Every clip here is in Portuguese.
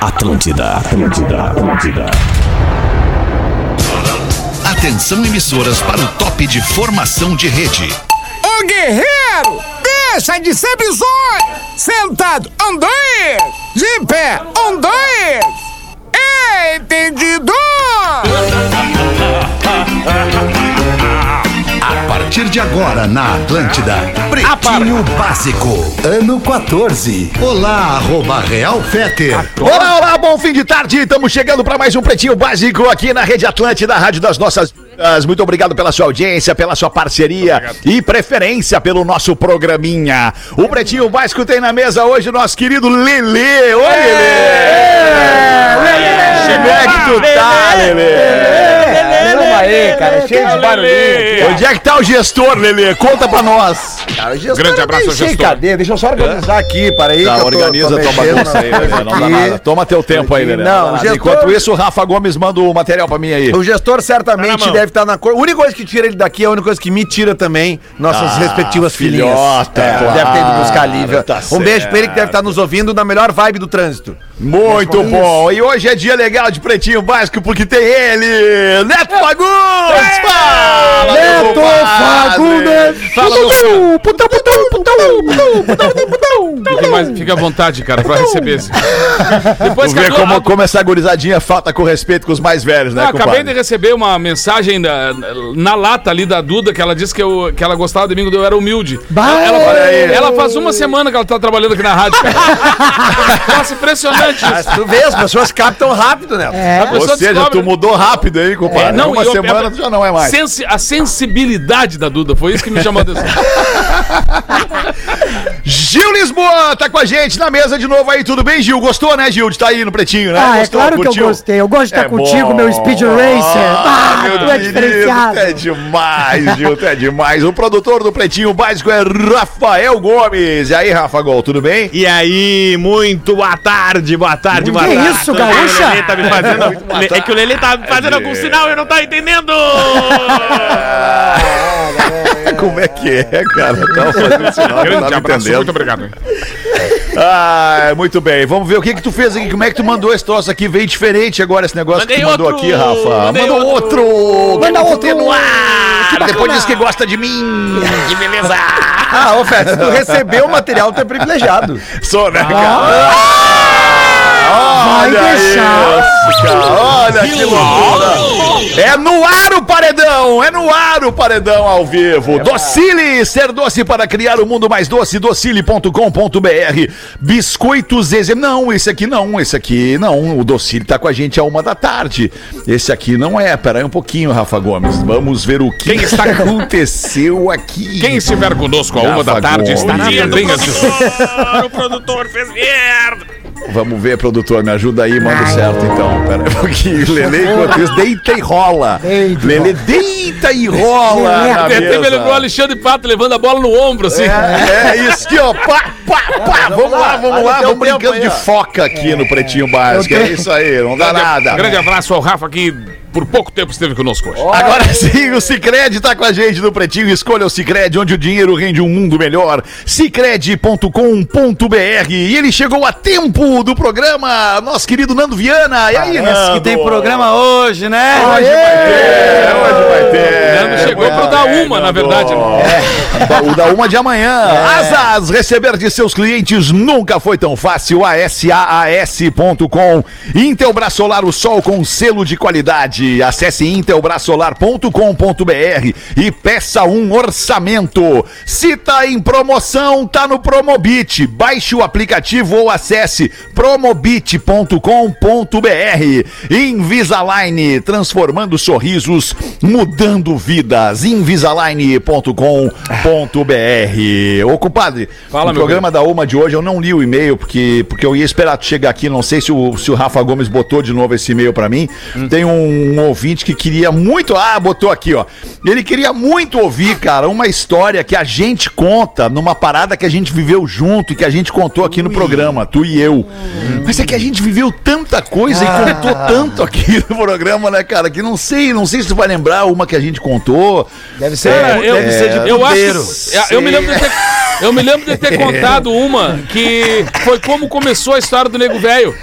Atlântida, Atlântida, Atlântida. Atenção emissoras para o top de formação de rede. Ô guerreiro, deixa de ser bizonho! Sentado, um, dois! De pé, um, dois! Entendido! A partir de agora na Atlântida, Pretinho Básico, ano 14. Olá, arroba Real Fete. Olá, olá, bom fim de tarde. Estamos chegando para mais um Pretinho Básico aqui na Rede Atlântida, Rádio das Nossas. Vidas. Muito obrigado pela sua audiência, pela sua parceria e preferência pelo nosso programinha. O Pretinho Básico tem na mesa hoje o nosso querido Lelê. Oi, Lelê! Como é que tu tá, Lelê? Calma aí, cara, cheio de barulhinho. Onde é que tá o gestor, Lelê? Conta pra nós. Grande abraço, gestor. Cadê? Deixa eu só organizar aqui, para aí. Tá, que eu tô- tô organiza tua mexendo bagunça aí, na Lelê. coisa Não dá aqui. nada. Toma teu tempo aí, Lelê. Não, dá o nada. gestor- Enquanto isso, o Rafa Gomes manda o material pra mim aí. O gestor certamente mão. deve estar na cor. A única coisa que tira ele daqui é a única coisa que me tira também, nossas Ah, respectivas filhinhas. filhota, É, claro, Deve ter ido buscar a Lívia. tá um beijo pra ele certo. que deve estar nos ouvindo na melhor vibe do trânsito. Muito bom! E hoje é dia legal de Pretinho Básico porque tem ele, Neto Fagundes! Fala, É. Neto Fagundes! Fala, meu compadre! Fica, mais- fica à vontade, cara, pra receber esse. Depois Tu que vê acabou- como, como essa gurizadinha falta com respeito com os mais velhos, né, Ah, compadre? acabei de receber uma mensagem da- na lata ali da Duda que ela disse que, eu, que ela gostava de mim quando eu era humilde. ela, olha aí. ela faz uma semana que ela tá trabalhando aqui na rádio, cara. Nossa, impressionante Ah, Mas isso. tu vê, as pessoas captam rápido, né? A pessoa Ou seja, descobre- tu mudou rápido aí, compadre. É, não, Uma e eu- semana é- tu já não é mais. Sensi- a sensibilidade da Duda, foi isso que me chamou a atenção. Gil Lisboa tá com a gente na mesa de novo aí, tudo bem, Gil? Gostou, né, Gil, de tá aí no Pretinho, né? Ah, é Gostou? claro que eu Curtiu? gostei. Eu gosto de estar É contigo, bom. meu Speed Racer. Ah, meu tu é querido, diferenciado. tu É demais, Gil, tu é demais. O produtor do Pretinho Básico é Rafael Gomes. E aí, Rafa Gol, tudo bem? E aí, muito boa tarde, boa tarde, boa que tarde. isso, Tudo bem? é gaúcha? O Lelê tá me fazendo. Le- é que o Lelê tá me fazendo algum sinal e eu não tô entendendo! Como é que é, cara? Tá fazendo sinal, não Grande tava abraço, entendendo. muito obrigado. Ah, muito bem. Vamos ver o que que tu fez aqui, como é que tu mandou esse troço aqui. Veio diferente agora esse negócio que Mandei tu mandou outro, aqui, Rafa. mandei Mandou outro. Manda Quero outro. ter no ar. Que bacana. Depois diz que gosta de mim. que beleza! Ah, ô Fé, se tu recebeu o material, tu é privilegiado. Sou, né, cara? Ah, Vai deixar. isso, cara. Olha que loucura. É no ar o paredão, é no ar o paredão ao vivo. Docile, ser doce para criar o mundo mais doce, docile.com.br. Biscoitos Zezé. Não, esse aqui não, esse aqui não. O Docile tá com a gente a uma da tarde. Esse aqui não é. Pera aí um pouquinho, Rafa Gomes. Vamos ver o que Quem está- aconteceu aqui. Quem estiver conosco a uma da tarde está na Rafa Gomes. Pedrinhas de Souza. produtor, o produtor fez merda! Vamos ver, produtor, me ajuda aí, manda o certo então. Pera aí um pouquinho. Lele, enquanto isso, deita e rola. é. Deita. Lele, deita e rola. na De repente me lembrou o mesa. Alexandre Pato levando a bola no ombro, assim. É, é isso aqui, ó. Pá, pá, pá. Vamos lá, vamos lá. Vamos brincando de foca aqui no Pretinho Básico. É isso aí, não dá nada. Grande abraço ao Rafa que por pouco tempo esteve conosco hoje. Agora sim, o Cicred tá com a gente no Pretinho. Escolha o Cicred, onde o dinheiro rende um mundo melhor. Cicred.com.br. E ele chegou a tempo do programa, nosso querido Nando Viana. E aí, Nando? hoje, né? Hoje vai ter, hoje vai ter. Nando chegou Muito pro dar bem, uma, na Nando. verdade, né? É. O da uma de amanhã. Asas, receber de seus clientes nunca foi tão fácil. ASAAS.com. Intelbras Solar, o sol com selo de qualidade. Acesse intelbrasolar.com.br e peça um orçamento. Se tá em promoção, tá no Promobit. Baixe o aplicativo ou acesse promobit.com.br. Invisalign, transformando sorrisos, mudando vidas. Invisalign.com.br. Ô, compadre, Fala, o meu programa da UMA de hoje eu não li o e-mail, porque, porque eu ia esperar tu chegar aqui. Não sei se o, se o Rafa Gomes botou de novo esse e-mail pra mim. Hum. Tem um ouvinte que queria muito. Ah, botou aqui, ó. Ele queria muito ouvir, cara, uma história que a gente conta numa parada que a gente viveu junto e que a gente contou aqui no programa, tu e eu. Hum. Mas é que a gente viveu tanta coisa Ah. e contou tanto aqui no programa, né, cara? Que não sei, não sei se tu vai lembrar uma que a gente contou. Deve ser, É, Cara, eu, deve ser de eu acho puteiro. que- eu me lembro de ter, Eu me lembro de ter contado uma que foi como começou a história do Nego Velho.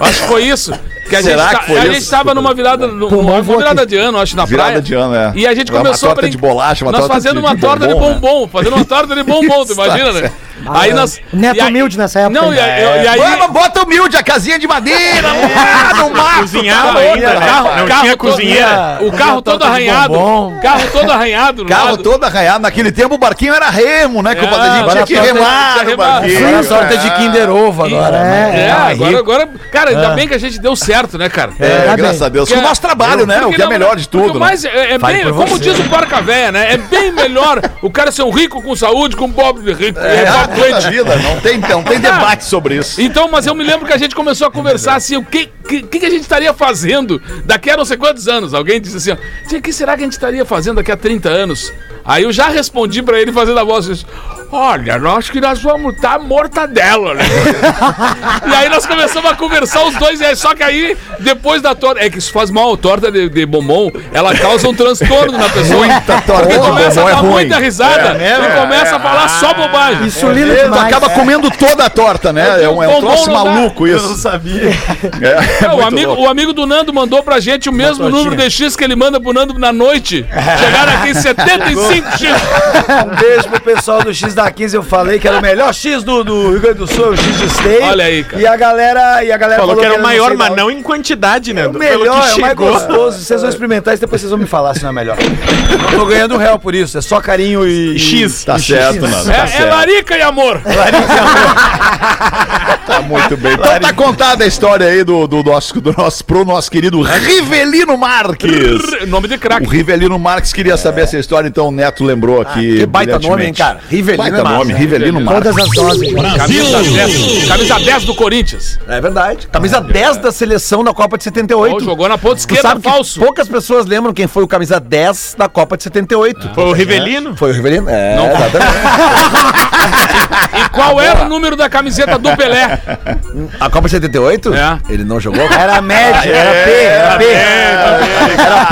Acho que foi isso. Que a Será gente, que ta- foi a isso? gente tava numa virada, numa Pulmão uma e vou virada aqui. de ano, acho, na Virada praia. de ano, é. E a gente Uma começou torta brin- de bolacha, uma Nós torta de- fazendo uma de torta de bombom, tá né? bombom, fazendo uma torta de bombom, tu imagina, né? Aí nós. Neto e aí- humilde nessa época, Não, e, aí- eu- e aí. É. Bota- Bota humilde a casinha de madeira, lá no mato. Cozinhava tá louco, ainda, né? rapaz. Não tinha cozinheira. O carro todo arranhado. O carro todo arranhado. no Carro lado. todo arranhado. Naquele tempo o barquinho era remo, né? Que o É, a gente tinha que tinha que remar no remar. barquinho. né? Era torta é de Kinder Ovo agora. né? É. É, agora, rico. agora. Cara, ainda bem que a gente deu certo, né, cara? É, Tá graças bem. a Deus. Porque Foi o nosso trabalho, né? O Porque que é não, melhor de porque tudo. o mais- né? é, é Fale bem, por como você. diz o Porca Véia, né? É bem melhor o cara ser um rico com saúde que um pobre rico. É, É, pobre toda doente. vida. Não tem, não É. tem debate sobre isso. Então, mas eu me lembro que a gente começou É a conversar assim, o que, que, que a gente estaria fazendo daqui a não sei quantos anos? Alguém disse assim, ó, "Tia, o que será que a gente estaria fazendo daqui a 30 anos? Aí eu já respondi pra ele fazendo a voz, eu disse, olha, eu acho que nós vamos estar mortadela, né? e aí nós começamos a conversar os dois, e aí, só que aí, depois da torta, é que isso faz mal, torta de, de bombom, ela causa um transtorno na pessoa. Muita torta Porque de começa bombom a é ruim. dar É, né? muita risada e começa a falar só bobagem. É Insulina Tu demais. acaba comendo toda a torta, né? É um, é um Bombom troço não dá. maluco isso. Eu não sabia. É, É, o, muito amigo, louco. o amigo do Nando mandou pra gente o mesmo número de X que ele manda pro Nando na noite. Chegaram aqui em 75 X. Um beijo pro pessoal do X da 15, eu falei que era o melhor X do, do Rio Grande do Sul, é o X de Stay. Olha aí, cara. E a galera, e a galera Falou que era o eu maior, sei da mas onde. não em quantidade, né? É o melhor, é o mais gostoso. Vocês vão experimentar e depois vocês vão me falar se não é melhor. Eu tô ganhando um real por isso, é só carinho e. E X. Tá certo, mano. Tá É, é certo. larica e amor. Tá muito bem. Então tá contada a história aí do, do, nosso, do nosso, pro nosso querido Rivelino Marques. Nome de O craque. Rivelino Marques queria saber essa história, então o Neto lembrou aqui. Ah, que baita nome, hein, brilhantemente. cara? Rivelino baita é massa, nome, né? Rivelino Marques. Todas as doses. Camisa 10, camisa 10 do Corinthians. É verdade. Camisa 10 da seleção da Copa de Ou 78. jogou na ponta Tu esquerda, sabe que falso. poucas pessoas lembram quem foi o camisa 10 da Copa de 78. Foi o Rivelino? Foi o Rivelino? É, exatamente. E É. qual era o número da camiseta do Pelé? A Copa de 78? É. Ele não jogou? Era média, era P, era P. Era Era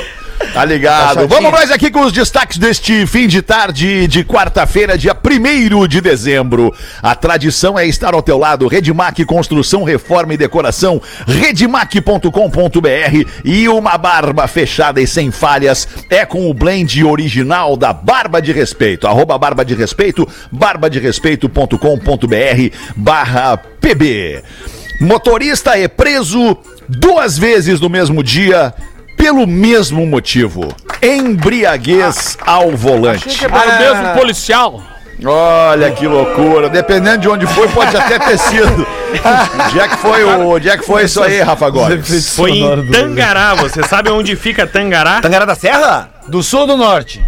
P. Tá ligado. Vamos nós aqui com os destaques deste fim de tarde de quarta-feira, dia 1 de dezembro. A tradição é estar ao teu lado. Redmac Construção, Reforma e Decoração. Redmac.com.br e uma barba fechada e sem falhas é com o blend original da Barba de Respeito. Arroba Barba de Respeito, barbaderespeito.com.br barra PB. Motorista é preso duas vezes no mesmo dia pelo mesmo motivo. Embriaguez ao volante. Era o Ah. mesmo policial. Olha que loucura. Dependendo de onde foi, pode até ter sido. Onde é que foi, o, onde é que foi isso aí, Rafa Gomes? Tá. Foi em Tangará. Você sabe onde fica Tangará? Tangará da Serra? Do sul ou do norte?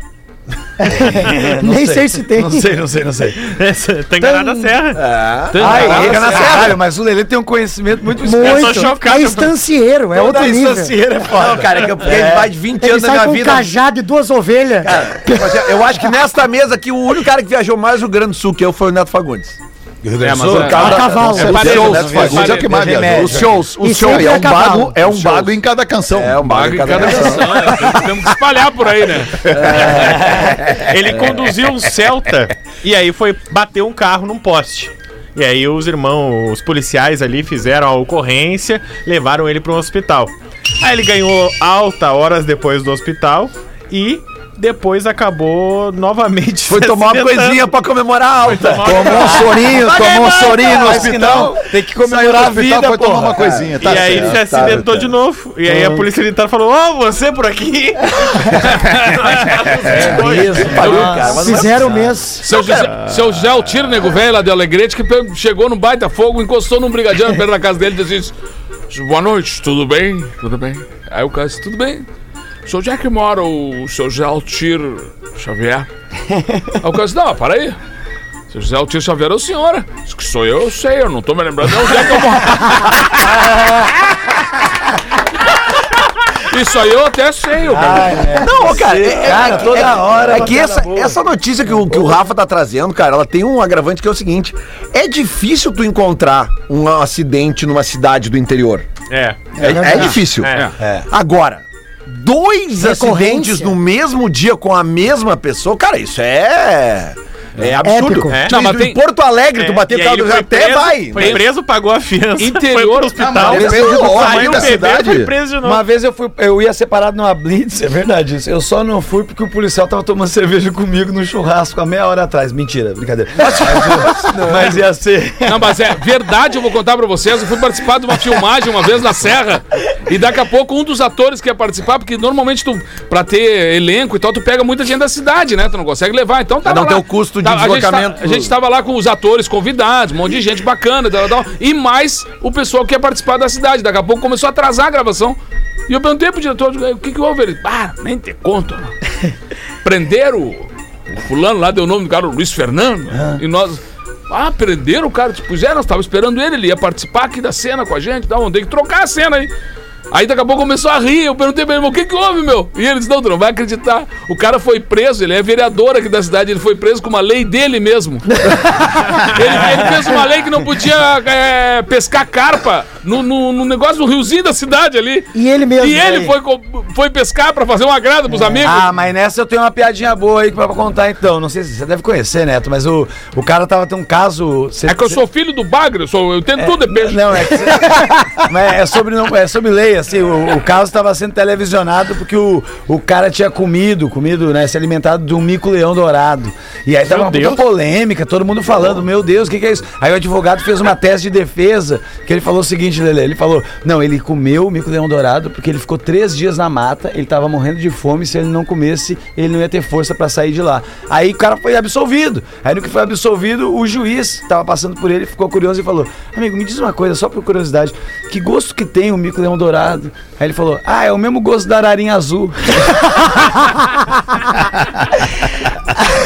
Nem sei se tem. não sei, não sei. Essa- Tangará da Serra. Ah. Ai, fica na Tangará. Serra. Mas o Lelê tem um conhecimento muito Eu sou Muito. chocado. É estancieiro, é outro nível. é foda. Não, cara, é que eu fiquei mais de 20 Ele anos da minha sai com um vida. cajado e duas ovelhas. Mas eu- Eu acho que nesta mesa aqui, o único cara que viajou mais o Rio Grande do Sul que eu foi o Neto Fagundes. É, mas é- a cavalo. É parede, shows, né? Fagundes, Parede, é o que mais remédio. viajou. Os shows, E os shows. sempre É um a cavalo. bago, é um bago em cada canção. É, um Paga bagulho em cada canção. pessoa, né? Temos que espalhar por aí, né? Ele conduziu um Celta e aí foi bater um carro num poste. E aí os irmãos, os policiais ali fizeram a ocorrência, levaram ele para um hospital. Aí ele ganhou alta horas depois do hospital e depois acabou novamente Foi se tomar uma acidentando. coisinha pra comemorar a alta. Tomou um sorinho, tomou um sorinho no Mas que hospital. não, Tem que Saiu do comemorar a hospital, vida, foi tomar porra. uma coisinha. tá um e aí certo, se acidentou tá, de tá. novo. E aí a polícia militar falou: Ó, você por aqui. Isso, parou, cara. mas não é Fizeram mesmo. Seu José, seu José o tiro, nego velho lá de Alegrete, que pe- chegou num baita fogo, encostou num brigadeiro perto da casa dele e disse isso, Boa noite, tudo bem? Tudo bem. Aí o cara disse, tudo bem. Sou onde é que mora o seu José Altir Xavier? Aí o cara disse, não, para aí. Seu José Altir Xavier é o senhor. Diz que sou eu, eu sei, eu não tô me lembrando de onde é que eu moro. Isso aí eu até sei, o cara. Não, cara, é, é- é que- é, hora. É que essa, essa notícia que o, que o Rafa tá trazendo, cara, ela tem um agravante que é o seguinte: é difícil tu encontrar um acidente numa cidade do interior. É. É, é difícil. É. Agora, dois Recorrência. acidentes no mesmo dia com a mesma pessoa, cara, isso é. É absurdo. Épico. É. Não, mas em tem- Porto Alegre, tu É, bater e o aí carro ele do foi até preso, vai. Foi preso, pagou a fiança. Interior- Foi pro Ah, hospital. mas depende do tamanho saiu, da bebeu, cidade. foi preso de novo. Uma vez eu fui, eu ia separado numa blitz, é verdade isso. Eu só não fui porque o policial tava tomando cerveja comigo no churrasco há meia hora atrás. Mentira, brincadeira. Mas, mas ia ser. Não, mas é verdade, eu vou contar pra vocês. Eu fui participar de uma filmagem uma vez na Serra. E daqui a pouco um dos atores que ia participar, porque normalmente tu, pra ter elenco e tal, tu pega muita gente da cidade, né? Tu não consegue levar. Então tava não lá. tem o custo de Tava- a gente deslocamento. tá- A gente, tava lá com os atores convidados, um monte de gente bacana e tal, tal, tal. E mais o pessoal que ia participar da cidade. Daqui a pouco começou a atrasar a gravação. E eu perguntei pro diretor, o que que houve? Ele, ah, nem te conto. Prenderam o o fulano lá, deu o nome do cara, o Luiz Fernando. E nós. Ah, prenderam o cara, tipo, já nós tava esperando ele, ele ia participar aqui da cena com a gente, tá? Vamos ter que trocar a cena aí. Aí daqui a pouco começou a rir, eu perguntei pra ele, mas o que que houve, meu? E ele disse, não, tu não vai acreditar, o cara foi preso, ele é vereador aqui da cidade, ele foi preso com uma lei dele mesmo. Ele, ele fez uma lei que não podia é, pescar carpa no, no- no negócio do riozinho da cidade ali. E ele mesmo. né? E ele aí. foi, co- foi pescar pra fazer um agrado pros amigos. Ah, mas nessa eu tenho uma piadinha boa aí pra contar então. Não sei se você deve conhecer, Neto, mas o, o cara tava tendo um caso. É que eu sou filho do bagre, eu, sou, eu tenho tudo, é peixe. Não, é que cê- Mas é sobre, não, é sobre lei, assim, o, o caso estava sendo televisionado porque o, o cara tinha comido, comido, né, se alimentado de um mico-leão dourado. E aí tava uma puta polêmica, todo mundo falando, meu Deus, o que, que é isso? Aí o advogado fez uma tese de defesa, que ele falou o seguinte, Lele, ele falou, não, ele comeu o mico-leão dourado porque ele ficou três dias na mata, ele tava morrendo de fome, se ele não comesse, ele não ia ter força pra sair de lá. Aí o cara foi absolvido. Aí no que foi absolvido, o juiz tava passando por ele, ficou curioso e falou: Amigo, me diz uma coisa, só por curiosidade, que gosto que tem o mico leão dourado? Aí ele falou: Ah, é o mesmo gosto da ararinha azul.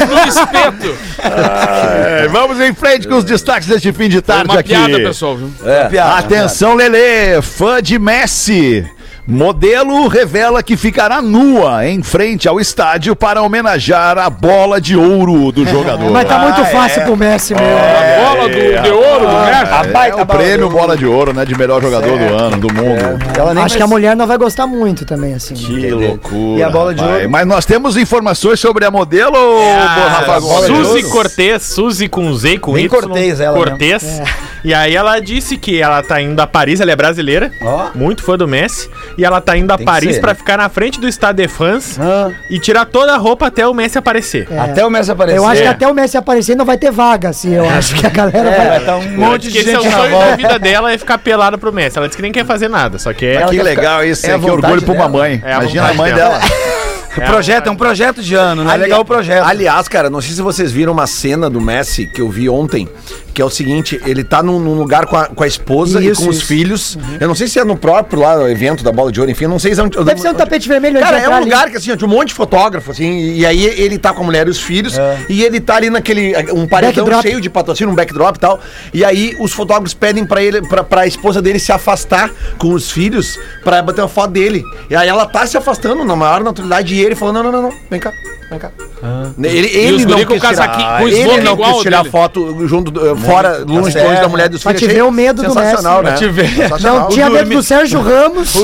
No espeto. É, vamos em frente com os destaques deste fim de Tá, Foi tarde É uma aqui. piada, pessoal. Viu? Piada. Atenção, Lelê, fã de Messi. Modelo revela que ficará nua em frente ao estádio para homenagear a bola de ouro do jogador. Ah, Mas tá muito fácil pro Messi, meu. a bola do, de ouro, do Messi. É, baita o bola de prêmio ouro. É. bola de ouro, né? De melhor jogador do ano, do mundo. Ah, Ela nem Acho vai- que é a mulher não vai gostar muito também, assim. Que loucura. E a bola de rapaz. ouro? Mas nós temos informações sobre a modelo, ah, Rafa Gomes? Suzy Cortez, Suzy com Z e com Bem Y. Cortez ela, né? Cortez. É, E aí ela disse que ela tá indo a Paris, ela é brasileira, Ó. muito fã do Messi, e ela tá indo a Tem que Paris ser, pra né? ficar na frente do Stade de France Ah, e tirar toda a roupa até o Messi aparecer. É. Até o Messi aparecer. Eu acho que até o Messi aparecer não vai ter vaga, assim. Eu acho que a galera É, vai. vai tá um Eu monte acho de que esse é o gente na sonho da volta. vida dela é ficar pelada pro Messi. Ela disse que nem quer fazer nada, só que é. Ela Que quer legal ficar- isso, é hein? a que orgulho vontade pra uma dela. mãe. É a Imagina a vontade mãe dela. dela. Projeto, é um projeto de ano, né? É legal o projeto. Aliás, cara, não sei se vocês viram uma cena do Messi que eu vi ontem, que é o seguinte, ele tá num, num lugar com a, com a esposa Isso, e com os isso. Uhum. filhos. Eu não sei se é no próprio lá, o evento da bola de ouro, enfim, eu não sei se é onde. Deve ser um tapete vermelho Cara, onde é vai um entrar lugar que assim, ó, tinha um monte de fotógrafo, assim, e aí ele tá com a mulher e os filhos, e ele tá ali naquele, um paredão É. Backdrop. cheio de patrocínio, um backdrop e tal, e aí os fotógrafos pedem pra ele, pra, pra esposa dele se afastar com os filhos, pra bater uma foto dele, e aí ela tá se afastando na maior naturalidade, e ele falou, não, não, não, não, vem cá, vem cá. Ah. Ele, ele os não guri com quis o casaquinho, tirar, com o ele smoking não igual quis ao tirar dele. foto junto, eh, fora, longe, longe da mulher e dos tá Pra filhos. te ver Achei o medo do sensacional, Messi, né? Pra te ver. Sensacional. Não, tinha dentro do Sérgio Ramos.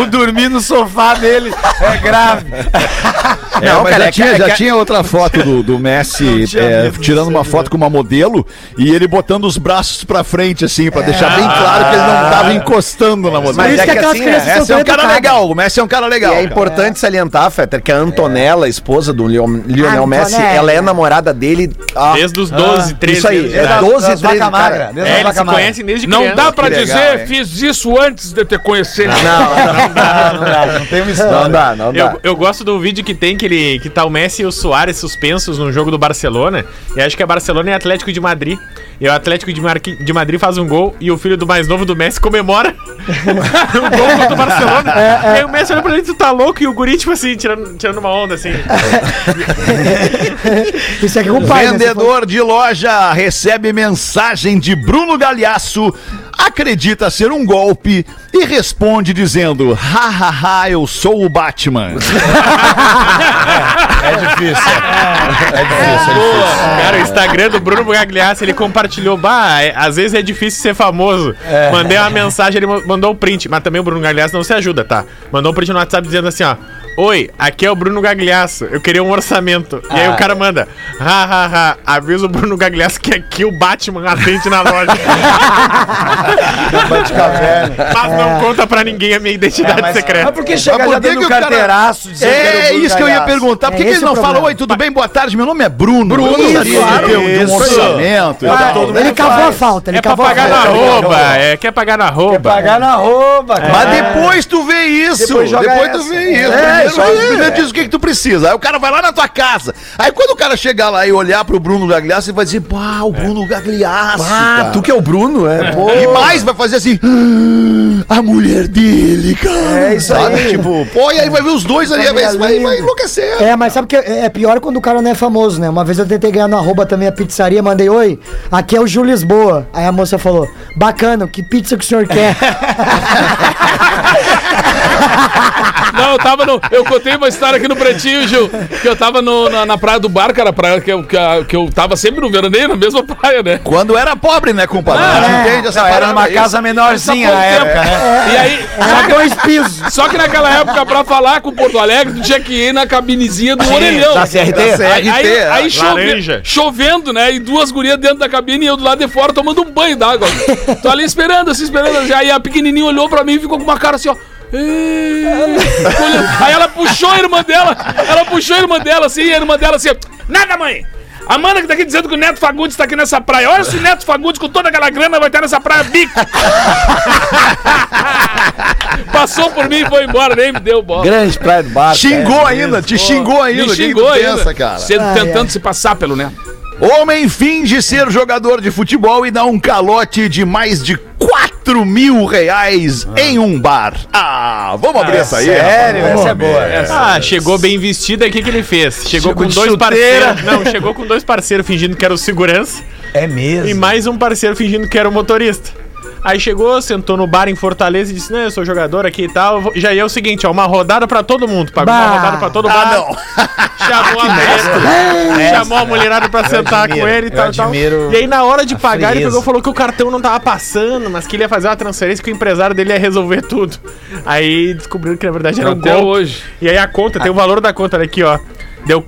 O dormir no sofá dele é grave. Não, Não, mas cara, já, é tinha, que- é já que- tinha outra foto do, do Messi é, tirando uma foto com uma modelo e ele botando os braços pra frente, assim, pra deixar bem claro que ele não tava encostando na modelo. Por Mas isso é que que aquelas assim, crianças é, são Messi é um tão cara educadas. legal, o Messi é um cara legal. E é cara. importante salientar, Fetter, que a Antonella, esposa do Leo- Lionel Antonella. Messi, ela é namorada dele há Desde os 12, 13 isso aí, anos de é idade. 12, das vacas 13, magras, né? cara. desde as É, eles vacas se magras. conhecem desde Não criança. dá pra que legal, dizer, hein? fiz isso antes de te conhecer. Não tem uma história. Não dá, não dá. Eu, eu gosto do vídeo que tem que, ele, que tá o Messi e o Soares suspensos num jogo do Barcelona. E acho que é Barcelona e Atlético de Madrid. E o Atlético de, Marqui- de Madrid faz um gol e o filho do mais novo do Messi comemora o gol contra o Barcelona. É, E aí o Messi olha pra ele, tu tá louco? E o guri, tipo assim, tirando, tirando uma onda, assim. Isso aqui é com o pai. né? Vendedor de loja recebe mensagem de Bruno Galhaço, acredita ser um golpe e responde dizendo: hahaha, eu sou o Batman. É, Cara, o Instagram do Bruno Bugagliasso, ele compartilhou, bah, é- às vezes é difícil ser famoso. Mandei uma mensagem, ele ma- mandou um print, mas também o Bruno Gagliasso não se ajuda, tá? Mandou um print no WhatsApp dizendo assim, ó, Oi, aqui é o Bruno Gagliasso. Eu queria um orçamento. E aí o cara manda: ha, ha, ha. Avisa o Bruno Gagliasso que aqui o Batman atende na loja. É, Mas não conta pra ninguém a minha identidade secreta. Mas por que chegar Mas já por que dando que o cara- carteiraço? dizendo que era o É Bruno isso que eu ia Galhaço? perguntar. Por que, É que esse ele o não fala, problema. oi, tudo bem? Boa tarde, meu nome é Bruno. Bruno, eu gostaria isso, É. de ter um- de um isso. orçamento. e Ah, tal. todo mundo Ele cavou a faz. falta, ele É pra cavou a pagar na falta. rouba. É, quer pagar na rouba. Pagar na rouba, Mas cara. depois tu vê isso. Depois, Depois joga tu essa. vê isso. É, primeiro, só- primeiro diz o que, que tu precisa. Aí o cara vai lá na tua casa. Aí quando o cara chegar lá e olhar pro Bruno Gagliasso, ele vai dizer, pá, É. o Bruno Gagliasso. cara." que é o Bruno, é. Pô, E mais vai fazer assim. "Ah, A mulher dele, cara. É isso aí. Tipo, pô, e aí vai ver os dois ali, vai, vai, vai enlouquecer. É, mas sabe que é é pior quando o cara não é famoso, né? Uma vez eu tentei ganhar no arroba também a pizzaria, mandei, oi, aqui é o Ju Lisboa. Aí a moça falou, bacana, que pizza que o senhor quer? Não, eu tava no. Eu contei uma história aqui no Pretinho, Gil. Que eu tava no- na, na praia do bar, cara, praia que eu, que, a- que eu tava sempre no veraneio, na mesma praia, né? Quando era pobre, né, compadre? A gente entende essa é. Era parada numa aí. casa menorzinha na época, né? E aí. Era dois pisos. Só que naquela época, pra falar com o Porto Alegre, tu tinha que ir na cabinezinha do orelhão. da CRT? Da Aí, aí, CRT, é. aí chove- Laranja. chovendo, né? E duas gurias dentro da cabine e eu do lado de fora tomando um banho d'água. Tô ali esperando, assim, esperando. já. Aí a pequenininha olhou pra mim e ficou com uma cara assim, ó. "Ê". Ficou olhando. Aí ela puxou a irmã dela. Ela puxou a irmã dela assim, e a irmã dela assim, nada, mãe! A mana que tá aqui dizendo que o Neto Fagundes tá aqui nessa praia. Olha se o Neto Fagundes com toda aquela grana vai estar nessa praia bico. Passou por mim e foi embora, nem me deu bola. Grande praia do bar. Xingou ainda, te xingou ainda. Me o que que tu xingou ainda. pensa, cara? Sendo- Ai, tentando ai. se passar pelo Neto. Homem finge ser jogador de futebol e dá um calote de mais de 4 mil reais em um bar. Ah, vamos abrir essa aí. Sério, rapaz. essa é boa. Ah, chegou bem vestido, aí o que, que ele fez? Chegou, com de dois chuteira. parceiros. Não, chegou com dois parceiros fingindo que era o segurança É e mesmo. mais um parceiro fingindo que era o motorista. Aí chegou, sentou no bar em Fortaleza e disse: Não, eu sou jogador aqui e tal. Eu vou- Já ia o seguinte: ó, uma rodada pra todo mundo. Pagou Bah. uma rodada pra todo Ah, bar. não. Ah, Chamou a mulher, chamou a mulherada pra sentar admiro, com ele e eu tal, tal. admiro E aí, na hora de a pagar, ele frieza. pegou e falou que o cartão não tava passando, mas que ele ia fazer uma transferência que o empresário dele ia resolver tudo. Aí descobriram que na verdade era um Até golpe. hoje. E aí a conta, tem o valor da conta olha aqui, ó. Deu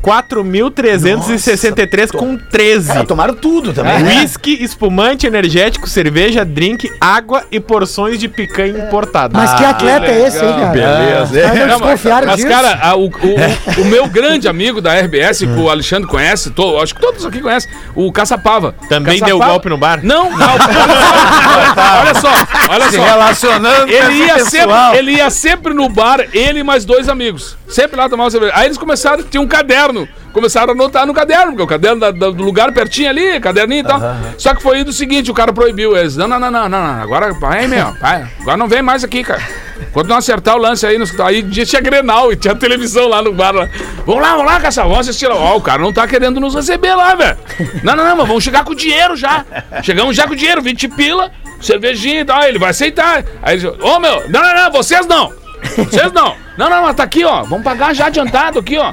4.363 com 13. Ah, tomaram tudo também. Whisky, espumante, energético, cerveja, drink, água e porções de picanha importada. Mas que atleta é esse aí, cara? Beleza. Mas não Não, desconfiaram É, mas, disso. É. cara, a- o, o- o meu grande amigo da RBS, que o Alexandre conhece, to- acho que todos aqui conhecem, o Caçapava. Também Caçapava- deu golpe no bar? Não, não. Olha só, olha Se só. relacionando Ele ia, sempre, pessoal. ele ia sempre no bar, ele e mais dois amigos. Sempre lá tomava cerveja. Aí eles começaram, tinha um caderno. Começaram a anotar no caderno, porque o caderno da- da- do lugar pertinho ali, caderninho e tal. Só que foi do seguinte, o cara proibiu eles. Não, não, não, não, não, não. agora vai, meu, vai. Agora não vem mais aqui, cara. Quando não acertar o lance aí, nos, aí dia tinha Grenal e tinha televisão lá no bar. Lá. Vamos lá, vamos lá, caça, vamos assistir lá. Ó, o cara não tá querendo nos receber lá, velho. Não, não, não, mas vamos chegar com dinheiro já. Chegamos já com dinheiro, 20 pila, cervejinha e tal, ele vai aceitar. Aí ele, ô meu, não, não, não, vocês não. Vocês não. Não, não, mas tá aqui, ó. Vamos pagar já adiantado aqui, ó.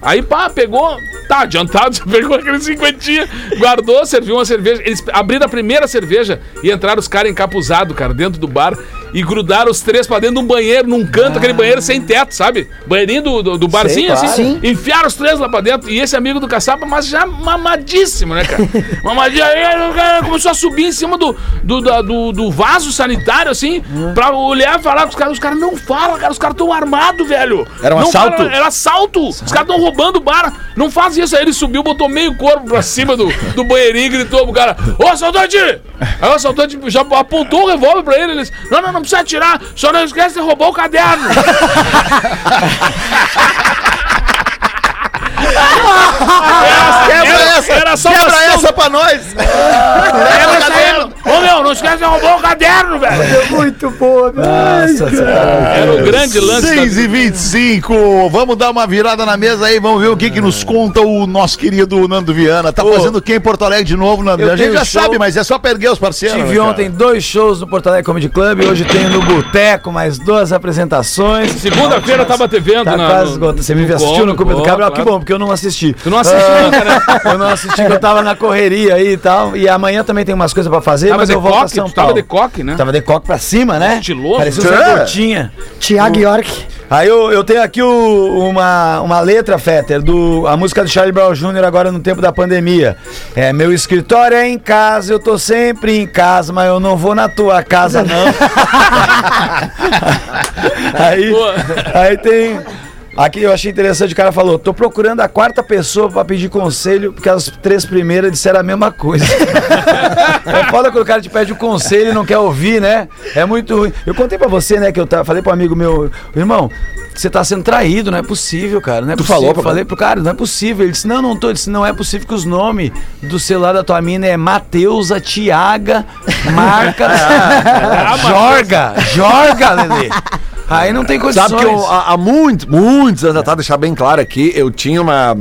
Aí, pá, pegou. Tá, adiantado, já pegou aquele cinquentinha, guardou, serviu uma cerveja. Eles abriram a primeira cerveja e entraram os caras encapuzados, cara, dentro do bar e grudaram os três pra dentro de um banheiro, num canto, aquele banheiro sem teto, sabe? Banheirinho do, do, do barzinho, claro. assim. Enfiaram os três lá pra dentro. E esse amigo do caçapa, mas já mamadíssimo, né, cara? Mamadíssimo. Aí o cara começou a subir em cima do, do, da- do, do vaso sanitário, assim, pra olhar e falar com os caras. Os caras não falam, cara. Os caras tão armados, velho. Era um Não assalto? falam, era assalto. Os caras tão roubando o bar. Não faz isso. Aí ele subiu, botou meio corpo pra cima do, do banheirinho e gritou pro cara: Ô, assaltante! Aí o assaltante já apontou o revólver pra ele. Ele disse: Não, não, não precisa atirar. Só não esquece de roubar o caderno. Quebra Era- essa. era só quebra pra ser um- essa pra nós. Quebra essa aí. Ô, meu, não esquece de roubar o caderno, velho. É Muito boa, meu. Era o grande lance. 6 Da... e 25 Vamos dar uma virada na mesa aí, vamos ver o que, que nos conta o nosso querido Nando Viana. Tá fazendo quem em Porto Alegre de novo, Nando? eu A gente tenho já show. sabe, mas é só perder os parceiros. Tive né, cara? ontem dois shows no Porto Alegre Comedy Club, hoje tenho no Boteco mais duas apresentações. Segunda-feira eu tava te vendo Tá na- quase no- esgotado. Você me no assistiu no Globo, Copa do Cabral? claro. Que bom, porque eu não assisti. Tu não assiste Ah, nunca, né? Eu não assisti, porque eu tava na correria aí e tal. E amanhã também tem umas coisas pra fazer, Tava mas de eu volto pra coque, São tu tava Paulo. Tá. de coque, né? Tava de coque pra cima, né? Estiloso. Parecia Tchã. uma gotinha. Tiago York. Aí eu, eu tenho aqui o- uma, uma letra, Fetter, do a música do Charlie Brown Jr. agora no tempo da pandemia. É, meu escritório é em casa, eu tô sempre em casa, mas eu não vou na tua casa, não. aí, Boa. aí tem. Aqui eu achei interessante, o cara falou: tô procurando a quarta pessoa pra pedir conselho, porque as três primeiras disseram a mesma coisa. É foda quando o cara te pede um conselho e não quer ouvir, né? É muito ruim. Eu contei pra você, né, que eu tava, falei pro amigo meu, irmão, você tá sendo traído, não é possível, cara. Não é tu possível. falou pro Eu falei pro cara, não é possível. Ele disse, não, não tô. Ele disse, não é possível que os nomes do celular da tua mina é Mateusa, Tiaga, Marca, Ah, Jorga, Jorga, Lelê. Aí não tem condições. Sabe que eu, há, há muitos, muitos anos atrás, deixar bem claro aqui, eu tinha uma.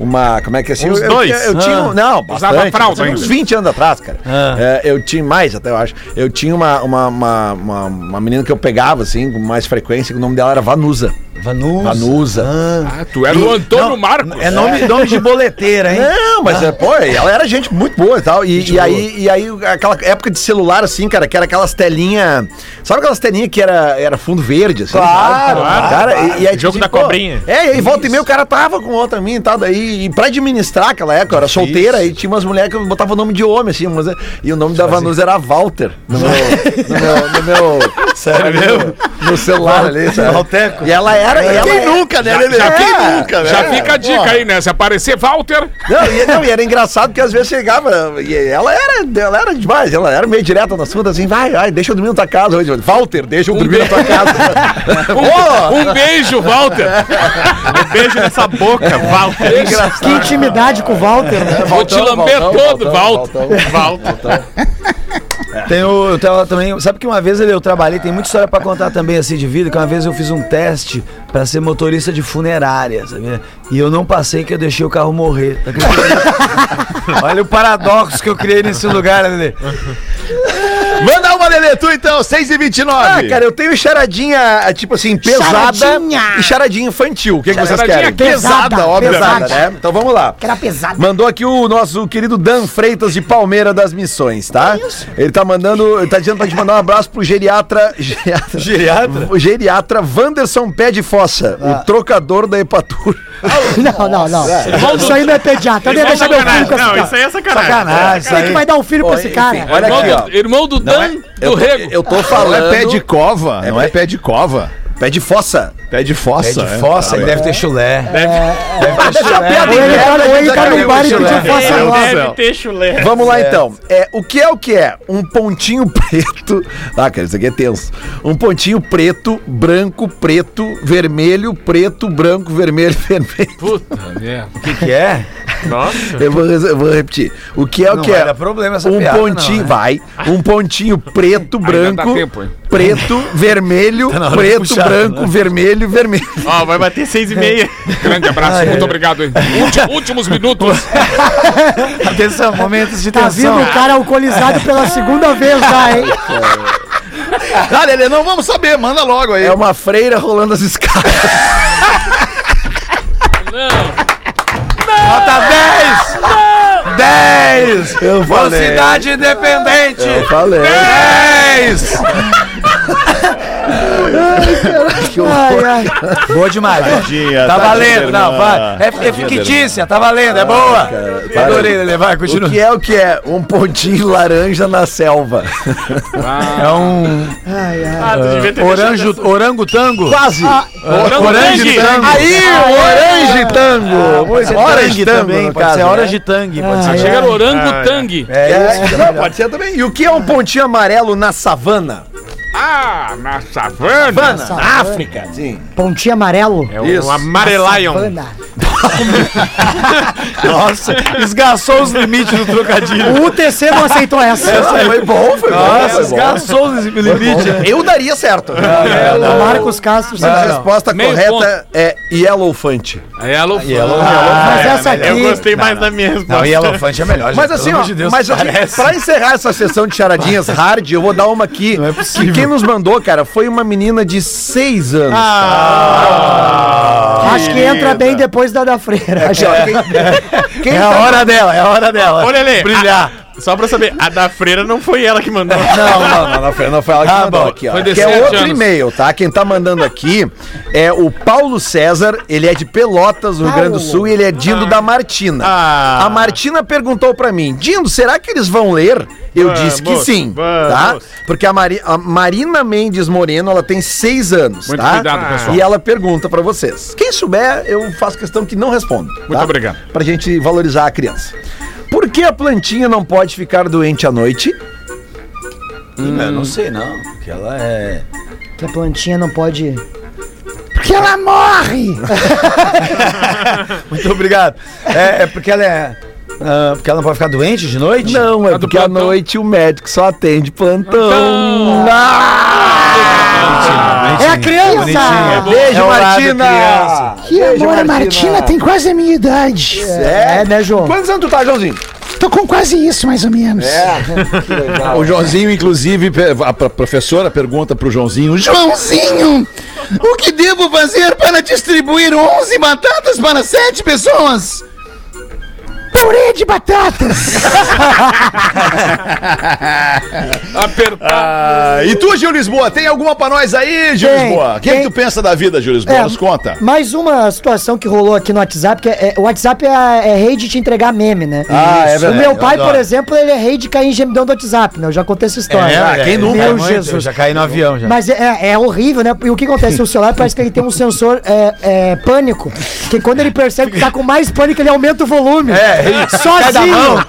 uma como é que é assim? Uns eu, dois. Eu, tinha- eu tinha. um- Não, Usava bastante, fralda bastante, ainda. uns 20 anos atrás, cara. É, eu tinha mais, até eu acho. Eu tinha uma, uma, uma, uma, uma menina que eu pegava, assim, com mais frequência, que o nome dela era Vanusa. Vanusa. Vanusa. Ah, tu era o Antônio Marcos. É nome, nome de boleteira, hein? Não, mas é, pô, ela era gente muito boa e tal. E, e aí, e aí, aquela época de celular, assim, cara, que era aquelas telinhas. Sabe aquelas telinhas que era, era fundo verde, assim? Claro, sabe? claro, cara, e- E, aí, tipo Jogo da pô, cobrinha. É, e aí volta e meia o cara tava com outra minha e tal. Daí, e pra administrar aquela época, eu era solteira, e tinha umas mulheres que botavam o nome de homem, assim, mas, e o nome da Vanusa era Walter. No meu. No meu, no meu Sério mesmo? No celular ali, sabe? Valteco. E ela era. e ela era- né, Lelê? já- Quem nunca, né? é, Já fica a dica aí, né? Se aparecer Walter, Não, e, não, e era engraçado porque às vezes chegava. E ela era, ela era demais, ela era meio direta no assunto, assim, vai, vai, deixa eu dormir na tua casa hoje. Walter, deixa eu dormir na tua casa. Ô, um beijo, Walter. É. Um beijo nessa boca, Walter. Que intimidade com o Walter, né? Vou te lamber todo, Walter. Walter. Tem o, eu tava também. Sabe que uma vez eu trabalhei, tem muita história pra contar também assim de vida, que uma vez eu fiz um teste pra ser motorista de funerária, sabia? E eu não passei que eu deixei o carro morrer. Tá acreditando? Olha o paradoxo que eu criei nesse lugar, Lelê. Manda uma, Lelê, tu então, 6h29. Ah, cara, eu tenho charadinha, tipo assim, pesada Charadinha. e charadinha infantil. O que, que vocês Charadinha querem? pesada, pesada, pesada. né? Então vamos lá. Que era pesado. Mandou aqui o nosso querido Dan Freitas de Palmeira das Missões, tá? Ele tá mandando, ele tá dizendo pra gente mandar um abraço pro geriatra. Geriatra? Geriatra? O geriatra Wanderson Pé de Fossa, o trocador da Hepatur. Não, não, não. Irmão do- Isso aí não é pediatra. Eu não ia deixar meu filho com esse Não, cara. isso aí é sacanagem. Sacanagem, isso Quem é que aí. vai dar um filho pra esse cara? Olha irmão, aqui, ó. do, irmão do Dan do Rego. Eu tô Não falando. é pé de cova, não é pé de cova. pé de fossa. Pé de fossa. De é. fossa, ele deve ter chulé. É, Ou ele né? tá- ou ele tá num bar e pediu É, faça Não lá. deve ter chulé. Vamos lá então. É, o que é o que é? Um pontinho preto. Ah, cara, isso aqui é tenso. Um pontinho preto, branco, preto, vermelho, preto, branco, vermelho, vermelho. Puta merda. O que, que é? Nossa. Eu vou, eu vou repetir. O que é o Não que vai é? dar problema essa um piada, pontinho, não, né? vai. Um pontinho preto, branco, dá tempo, hein? preto, vermelho, na hora de preto, puxar, branco, vermelho, vermelho. Ó, vai bater seis e meia. Grande abraço, muito obrigado, hein? Ulti- últimos minutos. Atenção, momentos de Tá vindo tensão. o cara alcoolizado pela segunda vez já, hein? Ah, Lelê, não vamos saber, manda logo aí. É uma freira rolando as escadas. Não, Tá Nota 10! 10! Eu Uma cidade independente! Eu falei. é. 10! Ai, ai. Boa demais. Tadinha, Tá tadinha, valendo, irmã. não, vai. É, é fictícia, tá valendo, é boa. Eu para. Adorei, Lelê, vai, O continua. que é o que é? Um pontinho laranja na selva. É um Ah, tu devia ter oranjo, deixado orangotango? Quase. Ah, Orangotango. Aí, o orange tango. Pode ser Orange orange tango, também, no pode caso, ser né? orange tangue, pode ser. chega no orangotangue. É, não, pode ser também. E o que é um pontinho amarelo na savana? Ah, na savana. Savana, na África. Sim. Pontinho amarelo. essa. É um amarelion. Savana. Nossa, esgaçou os limites do trocadilho. O UTC não aceitou essa. foi bom, foi Nossa, foi esgaçou os limites. né? Eu daria certo. É, O Marcos Castro. A sim. resposta Meio correta é Yellowfante. É a Mas essa Eu aqui. gostei mais da minha Não, resposta. e elefante é melhor. Mas gente, assim, pelo ó, amor de Deus, mas assim, parece. pra encerrar essa sessão de charadinhas hard, eu vou dar uma aqui. Não é possível. Que quem nos mandou, cara, foi uma menina de 6 anos. Acho que entra bem depois da da freira. Aqui, ó, quem- quem É tá- a hora dela, é a hora dela. Ô, Lelê, Brilhar. Ah. Só pra saber, a da freira não foi ela que mandou. Não, não, não, não foi, não foi ela que Ah, mandou bom, aqui, ó. foi de Que é sete outro anos. e-mail, tá? Quem tá mandando aqui é o Paulo César, ele é de Pelotas, no Rio Grande do Sul, e ele é Dindo da Martina. Ah. A Martina perguntou pra mim, Dindo, será que eles vão ler? Eu Vamos, disse que sim, vamos. tá? Porque a, Mari- a Marina Mendes Moreno, ela tem seis anos, Muito tá? cuidado, pessoal. E ela pergunta pra vocês. Quem souber, eu faço questão que não respondo. Muito obrigado. Pra gente valorizar a criança. Por que a plantinha não pode ficar doente à noite? Eu não sei, não. Porque ela é. Que a plantinha não pode. Porque ela morre! Muito obrigado. É, é porque ela é. ah, porque ela não pode ficar doente de noite? Não, é do porque à plantão. noite o médico só atende plantão. Ah, é a criança! Beijo, Martina! Que amor, a Martina tem quase a minha idade. É, né, João? Quantos anos tu tá, Joãozinho? Tô com quase isso, mais ou menos. Ah, O Joãozinho, inclusive, pe- a pro- professora pergunta pro Joãozinho: Joãozinho, o que devo fazer para distribuir 11 batatas para 7 pessoas? Purê de batatas! Apertar. Ah, e tu, Gil Lisboa, tem alguma pra nós aí, Gil Tem, Lisboa? O que, que tem. tu pensa da vida, Gil Lisboa? É, Nos conta. Mais uma situação que rolou aqui no WhatsApp, que é, é- o WhatsApp é, a- é rei de te entregar meme, né? Ah, é O verdade, meu eu pai, por adoro. exemplo, ele é rei de cair em gemidão do WhatsApp, né? Eu já contei essa história. Ah, Meu quem nunca? Eu Jesus. já caí no avião já. Mas é, é horrível, né? E o que acontece? O celular parece que ele tem um sensor é, é, pânico. Que quando ele percebe que tá com mais pânico, ele aumenta o volume. É, ele cai da sozinho. mão.